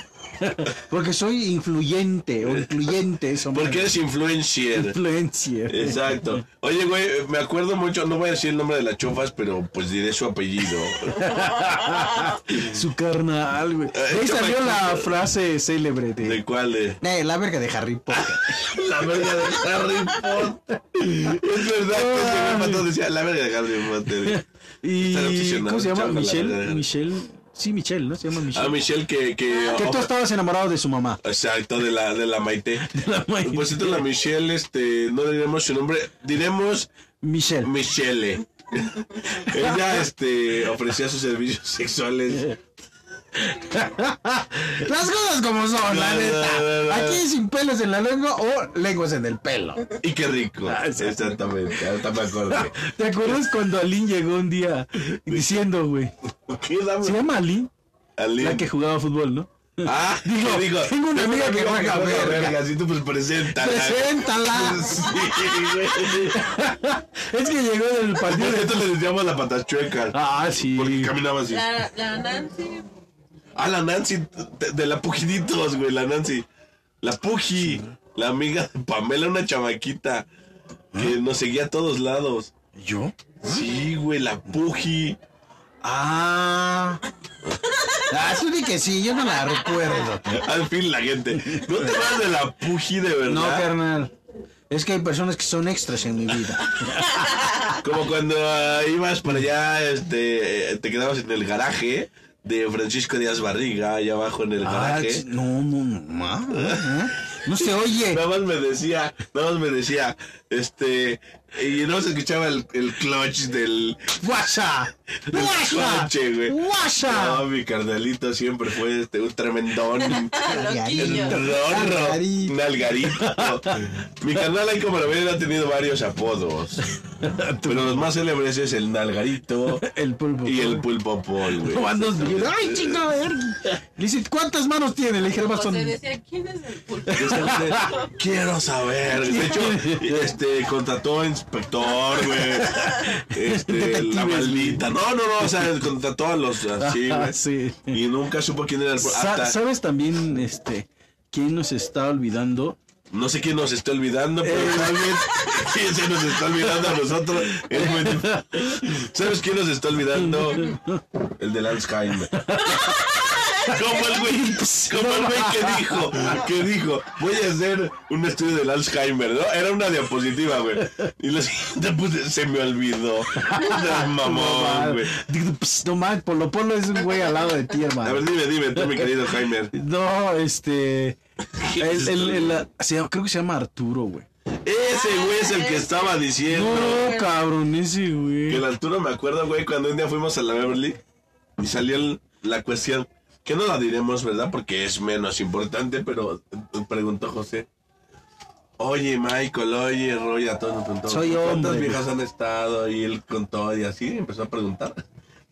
Porque soy influyente o incluyente, eso.
Porque eres influencer.
influencer.
<laughs> Exacto. Oye, güey, me acuerdo mucho, no voy a decir el nombre de las chofas, pero pues diré
<laughs>
su apellido.
Su carnal, güey.
Eh,
De Ahí
yo me
salió la
acuerdo.
frase célebre de.
¿De cuál? eh?
Eh, la verga de Harry Potter.
La verga de Harry Potter. Es verdad que ese güey mató, decía la verga de Harry Potter. Están
Y,
obsesionados,
¿Cómo se llama?
chaval, la
Michelle.
verdad.
Michelle. Sí, Michelle, ¿no? Se llama
A
Michelle.
Michelle que... que oh,
Que tú estabas enamorado de su mamá.
Exacto, de la, de la Maite.
la Maite.
Por cierto, la Michelle, este, no diremos su nombre, diremos
Michelle. <laughs>
Michelle. Ella este, ofrecía sus servicios sexuales.
Las cosas como son, la
<laughs> No, no, no, no.
neta. Aquí sin pelos en la lengua o lenguas en el
<laughs>
pelo.
Y qué rico. Exactamente. Ahorita me
<laughs>
acordé.
¿Te acuerdas cuando Alin llegó un día diciendo, güey?
¿Qué dame?
Se llama Alin,
Aline.
la que jugaba
<laughs>
fútbol, ¿no?
Ah,
Digo,
¿qué digo?
tengo una amiga que juega verga.
Así tú pues preséntala.
Preséntala.
<laughs> Sí, güey.
Es que llegó del partido.
Por <laughs>
de-
cierto, le decíamos la patachueca.
Ah, sí.
Porque caminaba así.
La, la Nancy.
Ah, la Nancy de, de la Puginitos, güey, la Nancy. La Pugi. La amiga de Pamela, una chamaquita
¿Eh?
que nos seguía a todos lados.
¿Yo?
Sí, güey, la Puji.
Ah. Ah, sí, di que sí, yo no la recuerdo.
Al fin la gente. No te vas de la Puji de verdad.
No, carnal. Es que hay personas que son extras en mi
<laughs>
vida.
Como cuando ah, ibas para allá, este, eh, te quedabas en el garaje de Francisco Díaz Barriga, allá abajo en el
Ah,
garaje.
ch- no, no, no. ma, ¿eh? No se
<laughs>
oye.
Nada más me decía, nada más me decía, este, y no se escuchaba el, el clutch del,
¡Guasa!
del
¡Guasa!
coche, güey.
¡Guasa!
No, mi carnalito siempre fue este, un
<laughs>
tremendón.
Loquillo.
El rorro,
Nalgarito.
nalgarito. Mi carnal, ahí como lo ven, ha tenido varios apodos. Pero los más célebres es el nalgarito
El pulpo.
y el pulpo pol, güey.
Van dos millones. ¡Ay, chico! a ver. Le dice, ¿cuántas manos tiene? Le dije,
O
son...
pues, se decía, ¿quién es el pulpo?
Entonces, Quiero saber. De hecho, este contrató inspector, güey. Este, la
Detectives.
maldita. No, no, no. O sea, contrató a los
<laughs>
así, güey.
Ah, Sí.
Y nunca supo quién era el.
Sa-
Hasta,
¿Sabes también este quién nos está olvidando?
no sé quién nos está olvidando, pero
Eh.
también <laughs> quién se nos está olvidando a nosotros. Es muy dif- ¿Sabes quién nos está olvidando? El del
<laughs>
Alzheimer. Como el güey, como el güey que dijo, que dijo, voy a hacer un estudio del Alzheimer, ¿no? Era una diapositiva, güey. Y la siguiente puse, se me olvidó.
<laughs>
No, mamón, güey.
pues,
Pss, No man, Polo Polo es un güey al lado de ti,
A
hermano.
ver, dime, dime, tú, mi querido Alzheimer.
No, este. el- el- el- se llama- creo que se llama Arturo, güey.
Ese güey es el que estaba diciendo.
No, cabrón, ese
Que
güey.
el Arturo me acuerdo, güey, cuando un día fuimos a la Beverly y salió el- la cuestión, que no la diremos, ¿verdad? Porque es menos importante, pero eh, preguntó José. Oye, Michael, oye, Roy, a todos nos preguntó.
Soy
¿Cuántas
hombre".
viejas han estado? Y él contó y así empezó a preguntar. <laughs>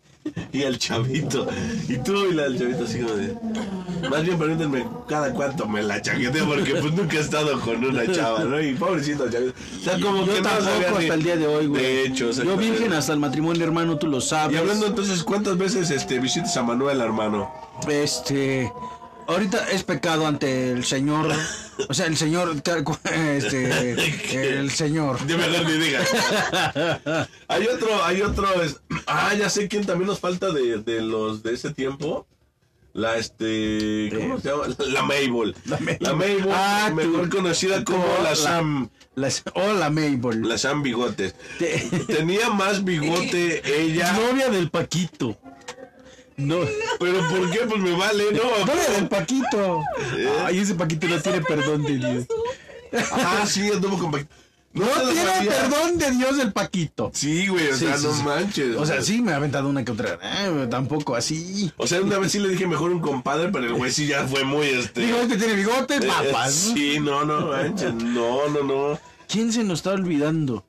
Y el chavito, y tú y la del chavito así como de... Más bien pregúntenme cada cuánto me la chaqueteo porque pues nunca he estado con una chava, ¿no? Y pobrecito el chavito. O sea, como
Yo
que no sabía
tampoco
ni-
hasta el día de hoy, güey.
De hecho,
Yo
exactamente.
virgen hasta el matrimonio, hermano, tú lo sabes.
Y hablando entonces, ¿cuántas veces este, visitas a Manuel, hermano?
Este. Ahorita es pecado ante el
<laughs>
señor. O sea, el señor. tal cu- Este. El señor.
De verdad ni digas.
<laughs>
hay otro, hay otro. es- ah, ya sé quién también nos falta de, de los de ese tiempo. La este. ¿Cómo se llama? La Mabel. La Mabel.
Ah,
mejor
tú-
conocida como
tú-
la
Oh, la-
Sam.
Las- hola, Mabel.
La Sam Bigotes.
Te-
Tenía
<laughs>
más bigote ella.
Novia del Paquito.
<laughs>
No.
Pero ¿por qué? Pues me vale, ¿no?
Novia del Paquito. Ay, ese Paquito no tiene perdón
<laughs>
de Dios.
Ah, sí, anduvo con Paquito. No, se lo
Tiene
sabía.
perdón de Dios el Paquito.
Sí, güey, o
Sí,
sea,
sí,
no
sí.
manches.
O sea, sí me ha aventado una que otra. eh, tampoco así.
O sea, una vez sí le dije mejor un compadre, pero el güey sí ya fue muy este.
Digo, este tiene bigote,
eh,
papas.
sí, no, no, manches, no, no, no.
¿Quién se nos está olvidando?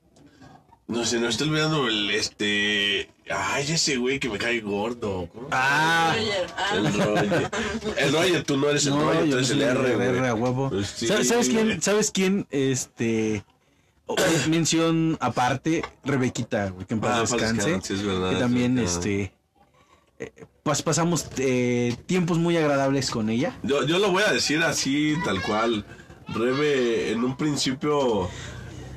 No se nos está olvidando el este. Ay, ese güey que me cae gordo. ¿Cómo se
Ah.
Roger.
llama?
Ah,
El Roger. El Roger, tú no eres el Roger, tú
no
eres
soy
el R,
R,
güey.
a huevo.
Pues sí.
¿Sabes sabes quién? ¿Sabes quién? Este. o-
<clears throat>
mención aparte, Rebequita, güey, que en
Ah,
paz
paz
descanse.
descanse, Ah, es verdad,
que
es
también,
verdad.
este. eh, pas- pasamos eh, tiempos muy agradables con ella.
Yo, yo lo voy a decir así, tal cual. Rebe, en un principio.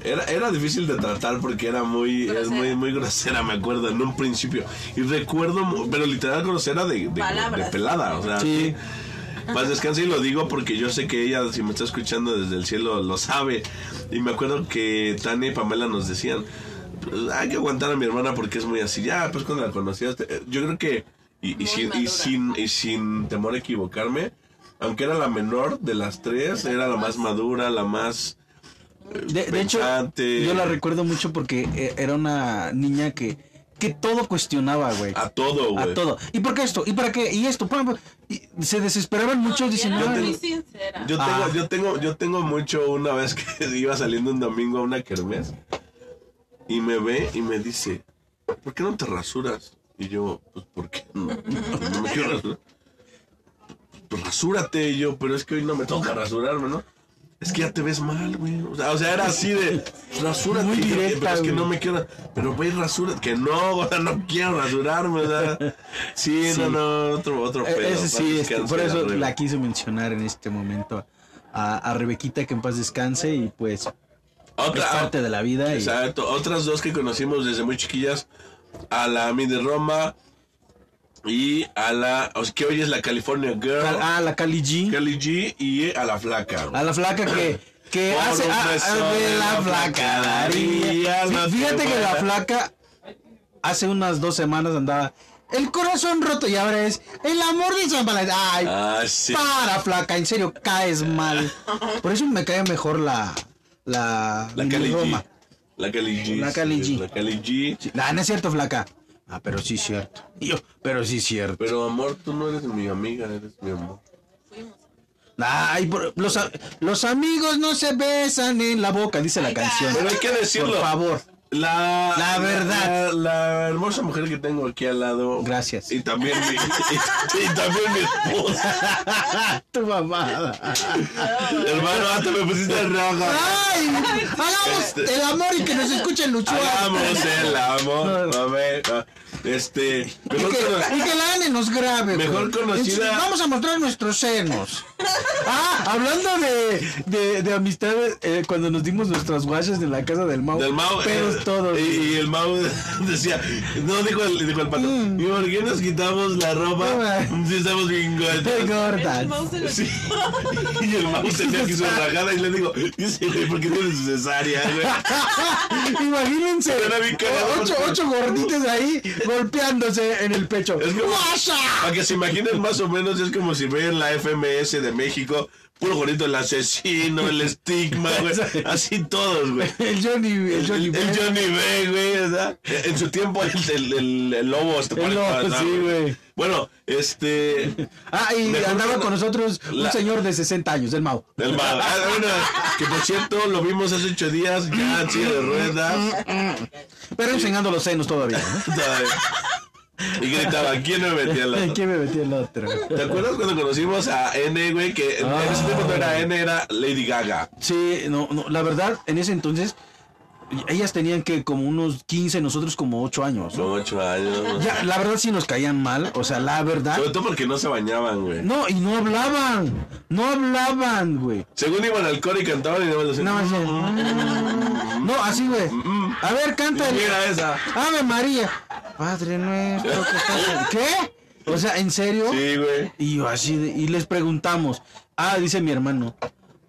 Era, era difícil de tratar porque era muy, es
Grosera.
muy, muy grosera, me acuerdo, en un principio. Y recuerdo, mu- pero literal grosera de, de- de,
Palabras.
pelada. O sea,
Sí.
Paz descanse y lo digo porque yo sé que ella, si me está escuchando desde el cielo, lo sabe. Y me acuerdo que Tania y Pamela nos decían, "Pues, hay que aguantar a mi hermana porque es muy así. Ya, pues cuando la conocías, te- eh, yo creo que, y, y
Muy
sin, y,
madura.
sin, y sin temor a equivocarme, aunque era la menor de las tres, era la más madura, la más... eh,
De, de hecho,
Pensante.
yo la recuerdo mucho porque eh, era una niña que, que todo cuestionaba, güey.
A todo, güey.
A todo. ¿Y por qué esto? ¿Y para qué? ¿Y esto? Pam, pam. Y se desesperaban mucho
No,
diciendo.
Yo era
"Ay,
muy sincera.
Yo tengo,
Ah.
yo tengo, yo tengo mucho una vez que <laughs> iba saliendo un domingo a una kermés y me ve y me dice, ¿por qué no te rasuras? Y yo, pues ¿por qué no, <laughs> no me quiero rasurar? Pues rasúrate y yo, pero es que hoy no me toca rasurarme, ¿no? Es que ya te ves mal, güey. O sea, o sea, era así de rasúrate.
Muy
Y yo,
directa,
pero es que
güey.
no me quiero. Pero güey, rasúrate. Que no, o sea, no quiero rasurarme, o sea. Sí,
Sí.
no, no, otro, otro
E-
pedo.
Ese
paz
sí, este,
descanse,
por eso
reba.
la quise mencionar en este momento a, a Rebequita, que en paz descanse, y pues es
Otra,
parte de la vida. Y,
Exacto. Otras dos que conocimos desde muy chiquillas, a la Mini Roma y a la, o sea, que hoy es la California Girl,
ah, la Cali G.
Kelly G y a la flaca. güey.
A la flaca que, que
Por
hace.
un
ah,
beso
ah,
de la
de la flaca daría.
flaca daría,
Fí- Fíjate
no te
que la
vaya.
flaca hace unas dos semanas andaba. El corazón roto y ahora es el amor de San Valentín. Ay,
Ah, sí.
para flaca, en serio, caes mal. Por eso me cae mejor la. La.
La
Mini
Kelly G.
Roma.
La Kelly G.
La Kelly
sí,
G.
La Kelly G.
Sí, nah, no es cierto, flaca. Ah, pero sí es cierto. Y Yo, pero sí es cierto.
Pero amor, tú no eres mi amiga, eres mi amor.
Ay, por- los, a- los amigos no se besan en la boca, dice la canción.
Pero hay que decirlo.
Por favor. <laughs>
La,
La
La,
verdad.
la hermosa mujer que tengo aquí al lado.
Gracias.
Y también mi, <laughs> y, y también mi esposa.
<laughs> tu mamada.
Hermano, hasta me pusiste
Ah,
roja.
¡Ay! ¡Hagamos el amor y que nos escuchen Luchua!
Este. Hagamos el amor. mame, ah, Este.
Y
Mejor
que, y
cono-
que la ANE nos grabe.
Mejor
güey.
conocida-
Vamos a mostrar nuestros senos. <laughs> Ah, hablando de, de, de amistades, eh, cuando nos dimos nuestras guachas en la casa del Mau.
del
<laughs>
Mau.
Pero
eh,
todos.
Y, y el Mau <laughs> decía. No, dijo el, dijo el pato. ¿Y por qué nos quitamos la ropa?
Mm.
Si estamos bien
De
gordos.
gordas.
El mouse se lo
Sí. Y el Mau tenía aquí su rajada y le digo, dice, güey, ¿por qué tienes cesárea, güey?
<laughs> Imagínense.
Era bien cagado
Ocho,
porque-
ocho gorditas ahí golpeándose en el pecho.
Es como-
¡Guasha!
Para que se imaginen más o menos, es como si ven la FMS de México, puro gorito, el asesino, el estigma,
<laughs>
güey. Así todos, güey.
El Johnny, el
El,
Johnny.
el Johnny B, güey, ¿verdad? En su tiempo el, el, el- el lobo. este,
El lobo, sí, güey.
Bueno, este...
Ah, y
Mejor
andaba
no-
con nosotros un
la-
señor de 60 años, el Mau.
El mal. Ah, bueno, que por cierto, lo vimos hace ocho días, ya en silla de ruedas.
Pero enseñando los senos <laughs> todavía. ¿no?
¿sabes? Y gritaba, ¿quién me metía en la...
¿Quién me metió el otro?
¿Te acuerdas cuando conocimos a N, güey? Que en-
Ah.
en ese tiempo no era N, era Lady Gaga.
Sí, no, no, la verdad, en ese entonces, ellas tenían que como unos 15, nosotros como 8 años. ¿no?
Son ocho años. ¿no?
Ya, la verdad sí nos caían mal, o sea, la verdad.
Sobre todo porque no se bañaban, güey.
No, y no hablaban, no hablaban, güey.
Según iban al coro y cantaban y nada más decían,
Nada más, eh, No, así, güey. A ver, canta el...
Mira esa.
Ave María. Padre nuestro que estás... ¿Qué? O sea, ¿en serio?
Sí, güey.
Y yo así, de- y les preguntamos. Ah, dice mi hermano.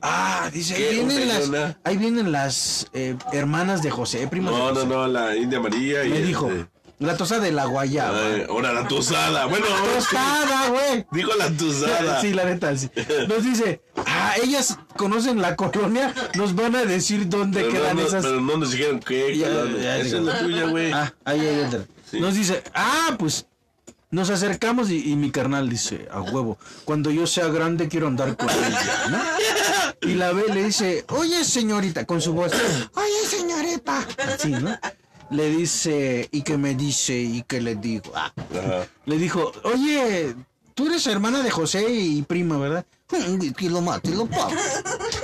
Ah, dice,
¿Qué,
ahí vienen las,
señora?
ahí vienen las eh, hermanas de José, primas de
No, no,
José.
no, la India María y
Me dijo,
este,
la tosa de la guayaba.
ay, ahora la tosada. Bueno, ahora sí.
Tostada, güey.
Dijo la tosada.
Sí, la neta, sí. Nos dice, ah, ellas conocen la colonia, nos van a decir dónde
pero, no,
quedan
no-
esas.
pero no nos dijeron qué.
Ya,
cabrón.
ya,
esa
digo.
es la tuya, güey.
Ah, ahí, ahí entra.
Sí.
Nos dice, ah, pues nos acercamos y, y mi carnal dice, a huevo, cuando yo sea grande quiero andar con ella, ¿no? Y la ve y le dice, oye señorita, con su voz, oye señorita, así, ¿no? Le dice, y que me dice, y que le digo, ah.
Ajá.
Le dijo, oye, tú eres hermana de José y prima, ¿verdad? Y lo mato, y lo pago.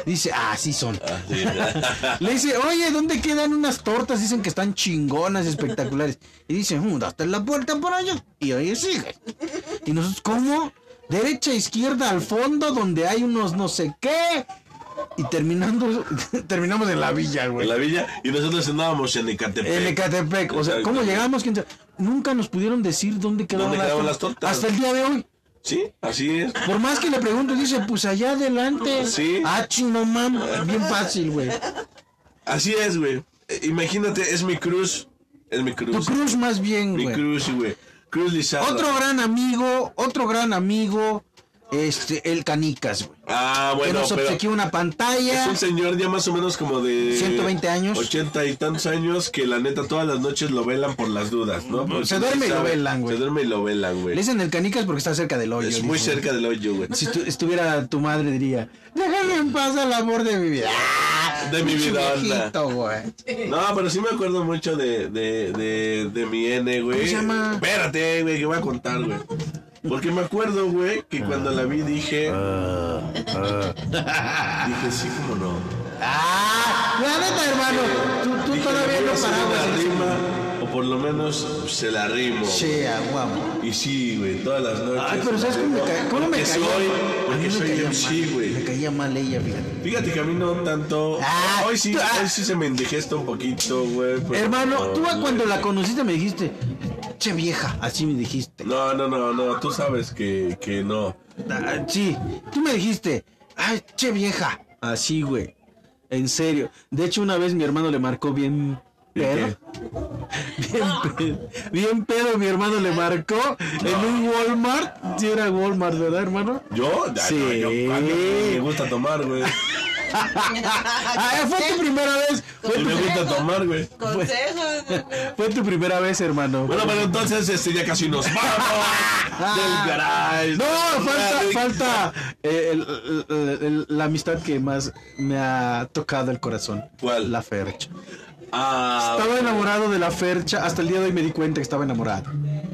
Dice, ah, sí son.
Sí. <laughs>
Le dice, oye, ¿dónde quedan unas tortas? Dicen que están chingonas, espectaculares. Y dice, "Mm, hasta la puerta por allá. Y ahí sigue. Y nosotros, ¿cómo? Derecha, izquierda, al fondo, donde hay unos no sé qué. Y terminando, <laughs> terminamos en la villa,
En
güey.
la villa y nosotros andábamos en Ecatepec.
En Ecatepec. O sea, ¿cómo llegamos? ¿Quién sabe? Nunca nos pudieron decir dónde quedaban,
¿Dónde quedaban las tortas?
Hasta el día de hoy.
Sí, así es.
Por más que le pregunto, dice, pues allá adelante.
Sí.
Ah, chino, mam. Bien fácil, güey.
Así es, güey. Eh, Imagínate, es mi cruz. Es mi
Tu
cruz.
cruz más bien,
Mi
güey.
cruz, güey. Cruz Lizardo.
Otro gran amigo, otro gran amigo, este, el Canicas, güey.
Ah,
que
bueno,
nos
pero
obsequió una
es
pantalla.
un señor ya más o menos como de...
120 años.
80 y tantos años que la neta todas las noches lo velan por las dudas, ¿no? Porque
Se duerme
sí
y lo
sabe.
velan, güey.
Se duerme y lo velan,
Le
güey.
dicen el Canicas porque está cerca del hoyo.
Es muy
dicen.
cerca del hoyo, güey.
Si tu- estuviera tu madre, diría: Déjame en paz al amor de mi vida.
De mi vida, onda.
Chiquito, güey.
No, pero sí me acuerdo mucho de, de, de, de mi N, güey.
¿Cómo se llama?
Espérate, güey, que voy a contar, güey. Porque me acuerdo, güey, que cuando la vi dije... <laughs> Dije, sí, como no.
Ah, la neta, hermano. Tú, tú
Dije,
todavía
voy a
no
hacer
parabas.
una
en-
rima, o por lo menos se la rimo.
Sí, a huevo.
Y sí, güey, todas las noches.
Ay, pero
se la
¿sabes cómo me
rimo.
cae- cómo me
Porque
cayó?
soy-
A mí
Porque
me
soy
caía
MC,
mal, Me
güey.
caía mal ella, fíjate.
Fíjate que a mí no tanto.
Ah,
hoy sí,
tú- ah.
hoy sí se me indigesta un poquito, güey. pero-
Hermano, tú
no,
cuando la conociste me dijiste, che vieja, así me dijiste.
No, no, no, no, tú sabes que, que no.
Ah, Sí, tú me dijiste, ay, che vieja, así, güey. En serio. De hecho, una vez mi hermano le marcó bien
¿Y Ah.
pedo. <laughs> Bien pedo, bien pedo mi hermano le marcó en un Walmart. Sí, era Walmart, ¿verdad, hermano? <laughs>
¿Yo? Ya,
Sí.
no, yo cuando me gusta tomar, güey.
Ah, fue tu primera vez. Fue
Y me
tu, <laughs>
gusta tomar, güey.
Consejos. güey.
fue tu primera vez, hermano.
Bueno, pero entonces este, ya casi nos vamos del garage.
Ah. No, falta, falta eh, el- el- el- la amistad que más me ha tocado el corazón.
¿Cuál?
La Fercha.
Ah,
Estaba enamorado de la Fercha. Hasta el día de hoy me di cuenta que estaba enamorado.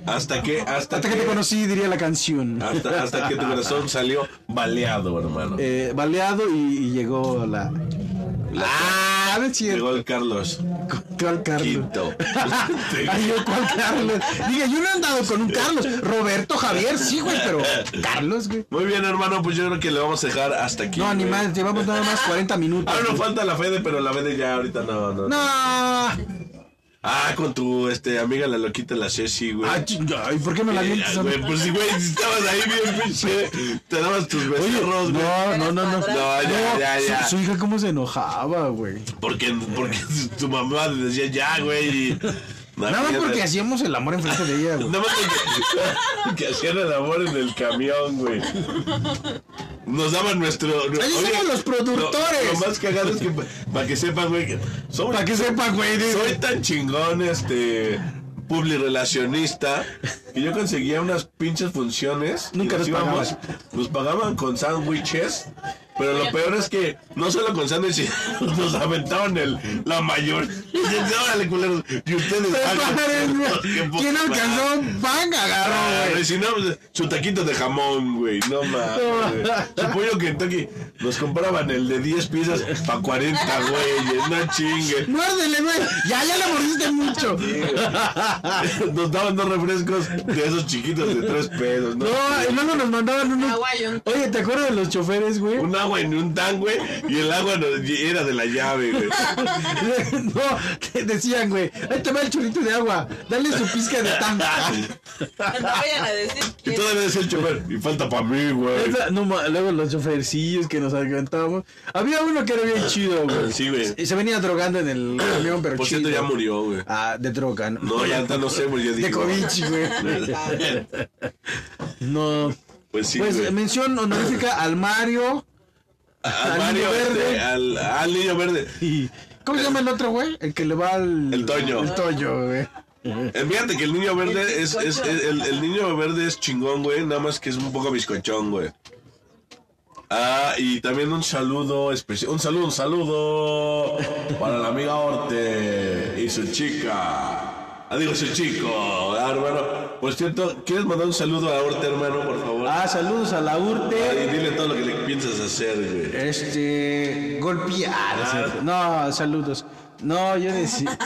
hasta que, hasta,
Hasta que te conocí, diría la canción.
Hasta, hasta que tu corazón salió baleado, hermano.
<laughs> Eh, baleado y, y llegó la. Ah, no es
Llegó
cierto.
el Carlos
¿Cuál Carlos?
Quinto.
<laughs> Ay, yo, ¿cuál Carlos? Diga, yo no he andado con un Carlos. Roberto, Javier, sí, güey, pero Carlos, güey.
Muy bien, hermano, pues yo creo que le vamos a dejar hasta aquí.
No, ni
güey.
más, llevamos nada más 40 minutos.
Ahora
güey.
nos falta la Fede, pero la Fede ya ahorita no, Ah, no.
No.
Ah, con tu este, amiga la loquita, la Ceci, güey.
Ah, chinga, ¿y por qué me la
Eh,
mientes a mí?
güey, pues sí, güey, si estabas ahí bien, pinche. Te dabas tus becerros, güey.
No, no, no, no.
No,
ya, ya, ya.
Su, su hija cómo se enojaba, güey.
Porque, porque tu mamá le decía ya, güey. y-
<laughs> Nada más
fíjate.
porque hacíamos el amor enfrente de ella, güey.
Nada más porque, <laughs> que hacían el amor en el camión, güey. Nos daban nuestro.
Ahí somos los productores.
Lo, lo más cagado es que, para que sepan, güey, que somos-
Para que sepa, güey. de-
soy tan chingón, este. Publirelacionista, que yo conseguía unas pinches funciones. y
Nunca
nos
nos
íbamos, Nos pagaban con sándwiches, pero lo peor es que no solo con sándwiches, <laughs> nos aventaban el, la mayor. Y dicen, "Órale, culeros, y ustedes
Preparen,
hagan". <laughs> Qué
güey.
poca
¿Quién
madre.
alcanzó? ¡Bang! Agarró,
Ah,
güey.
si no, su taquito de jamón, güey. No mames.
<laughs>
güey. Su pollo Kentucky. Nos compraban el de 10 piezas pa' 40, güey. No chingue.
Muérdele, güey. Ya, ya le mordiste mucho.
Nos daban dos refrescos de esos chiquitos de 3 pesos. No,
No, y luego nos mandaban unos.
Agua y un
Oye, ¿te acuerdas de los choferes, güey?
Un agua en un tan, güey. Y el agua no- y era de la llave,
<laughs>
güey.
<laughs> No, te decían, güey. Ahí te va el chorrito de agua. Dale su pizca de
<laughs>
tanga.
No vayan a decir
Y
quién. <laughs>
todavía decía el chofer. Y falta pa' mí, güey.
Esa- no, ma- luego los chofercillos que nos aguantábamos. Había uno que era bien chido, güey.
Sí, güey.
Y se venía drogando en el camión, pero
Por
chido.
cierto, ya murió, güey.
Ah, de droga, ¿no?
No, ya no sé, güey. Ya
de
dije,
Covichi, güey.
<laughs>
No.
Pues sí,
pues
güey.
mención honorífica al Mario.
Al
al
Mario,
niño
este,
verde.
al, al niño verde.
Y, ¿Cómo se llama el otro, güey? El que le va al.
El Toño.
El Toño, güey.
Eh, Fíjate que el niño verde es, es- es- el, el niño verde es chingón, güey, nada más que es un poco bizcochón, güey. Ah, y también un saludo especial, un saludo, un saludo para la amiga Orte y su chica. Ah, digo, su chico, ah, hermano. Por cierto, ¿quieres mandar un saludo a Orte, hermano, por favor?
Ah, saludos a la Urte.
Y dile todo lo que le piensas hacer, güey.
Este.
Ah.
Golpeada. No, saludos. No,
<laughs>
yo Ah, decía.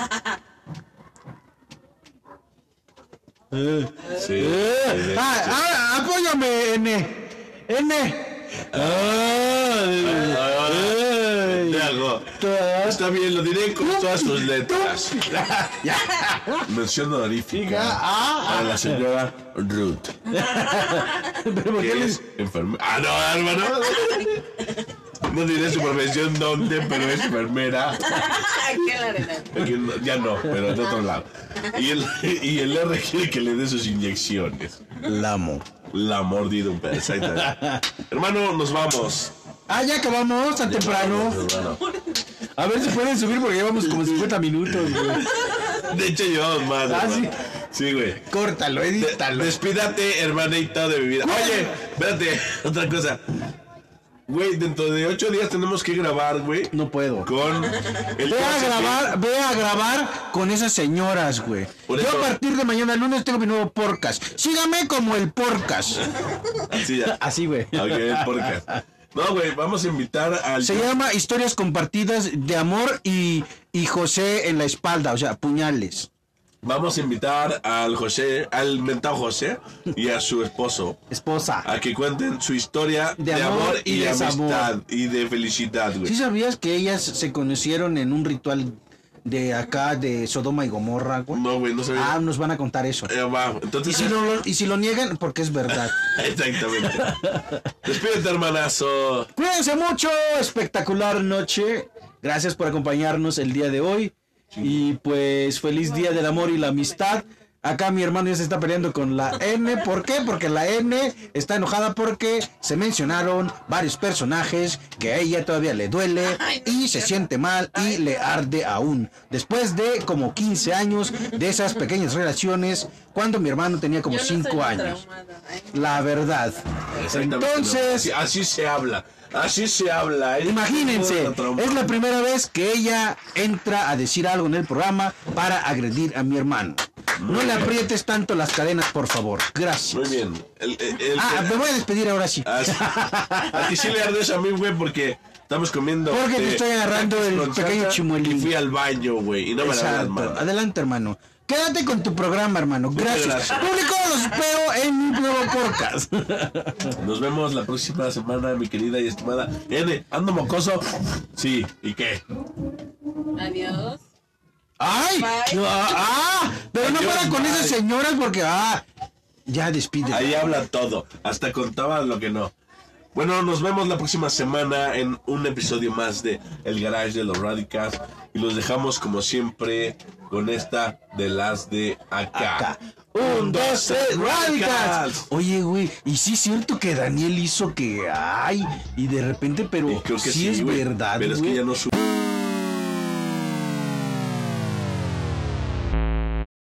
Sí.
Eh, ah, ah, apóyame, N. N. Ay,
Ah,
ay,
te hago.
todas-
Está bien, lo diré con todas sus letras. Mención honorífica
Ah,
para la señora Ruth,
pero ¿por qué
que
les-
es enfermera. Ah, no, hermano. No diré su profesión dónde, pero es enfermera.
Aquí en la arena.
Aquí no- ya no, pero de otro lado. Y el, y el R quiere que le dé sus inyecciones.
Lamo.
La ha mordido un pedazo. Exactamente. Hermano, nos vamos.
Ah, ya acabamos tan temprano.
Hermano.
A ver si pueden subir porque llevamos como 50 minutos. güey.
De hecho, llevamos más.
Ah,
hermano. Sí, güey.
Córtalo,
De-
edítalo.
Despídate, hermanita de mi vida. Oye, espérate, otra cosa. Güey, dentro de ocho días tenemos que grabar, güey.
No puedo.
Con el
Ve a
Joseph.
grabar, ve a grabar con esas señoras, güey.
Por
Yo
eso-
a partir de mañana lunes tengo mi nuevo podcast. Sígame como el podcast.
Así ya.
Así, güey.
Ok, el podcast. No, güey, vamos a invitar al.
Se llama Historias Compartidas de Amor y, y José en la espalda, o sea, puñales.
Vamos a invitar al José, al mentado José y a su esposo
Esposa.
a que cuenten su historia de,
De
amor,
amor
y,
y
de
desamor.
amistad y de felicidad, güey.
¿Sí sabías que ellas se conocieron en un ritual de acá, de Sodoma y Gomorra, güey?
No, güey, no sabía.
Ah, nos van a contar eso.
Eh, va,
Y
Entonces,
si, no lo, y si lo niegan, porque es verdad.
<laughs> exactamente. Despídete, hermanazo.
Cuídense mucho, espectacular noche. Gracias por acompañarnos el día de hoy. Y pues feliz día del amor y la amistad. Acá mi hermano ya se está peleando con la N. ¿Por qué? Porque la N está enojada porque se mencionaron varios personajes que a ella todavía le duele y se siente mal y le arde aún. Después de como 15 años de esas pequeñas relaciones, cuando mi hermano tenía como
Yo no soy
5
la
años.
traumada. Ay,
La verdad.
Exactamente, no.
Entonces,
Así- así se habla. Así se habla. Es-
Imagínense,
Otra trompa.
es la primera vez que ella entra a decir algo en el programa para agredir a mi hermano. No le aprietes tanto las cadenas, por favor. Gracias.
Muy bien. El- el- el-
Ah, me voy a despedir ahora sí.
Así-
<laughs>
a ti sí le ardes a mí, güey, porque estamos comiendo.
Porque te
eh,
estoy agarrando
tacos
el
con
pequeño
salsa
chimuelín.
Y fui al baño, güey, y no me la das,
Exacto.
mano.
Adelante, hermano. Quédate con tu programa, hermano. Gracias.
gracias.
Público, los espero en mi nuevo podcast.
Nos vemos la próxima semana, mi querida y estimada. N, ¿ando mocoso? Sí, ¿y qué?
Adiós.
¡Ay!
Bye.
No, ah, ah, pero no
Adiós,
para con
bye.
esas señoras porque... Ah, ya despide.
Ahí habla todo, hasta contaba lo que no. Bueno, nos vemos la próxima semana en un episodio más de El Garage de los Radicals. Y los dejamos, como siempre, con esta de las de acá.
Acá. Un, dos, tres, Radicals. Oye, güey, y sí es cierto que Daniel hizo que ay, y de repente, pero
Y creo que
sí,
sí,
es
güey,
verdad,
Pero es
güey.
que ya no su-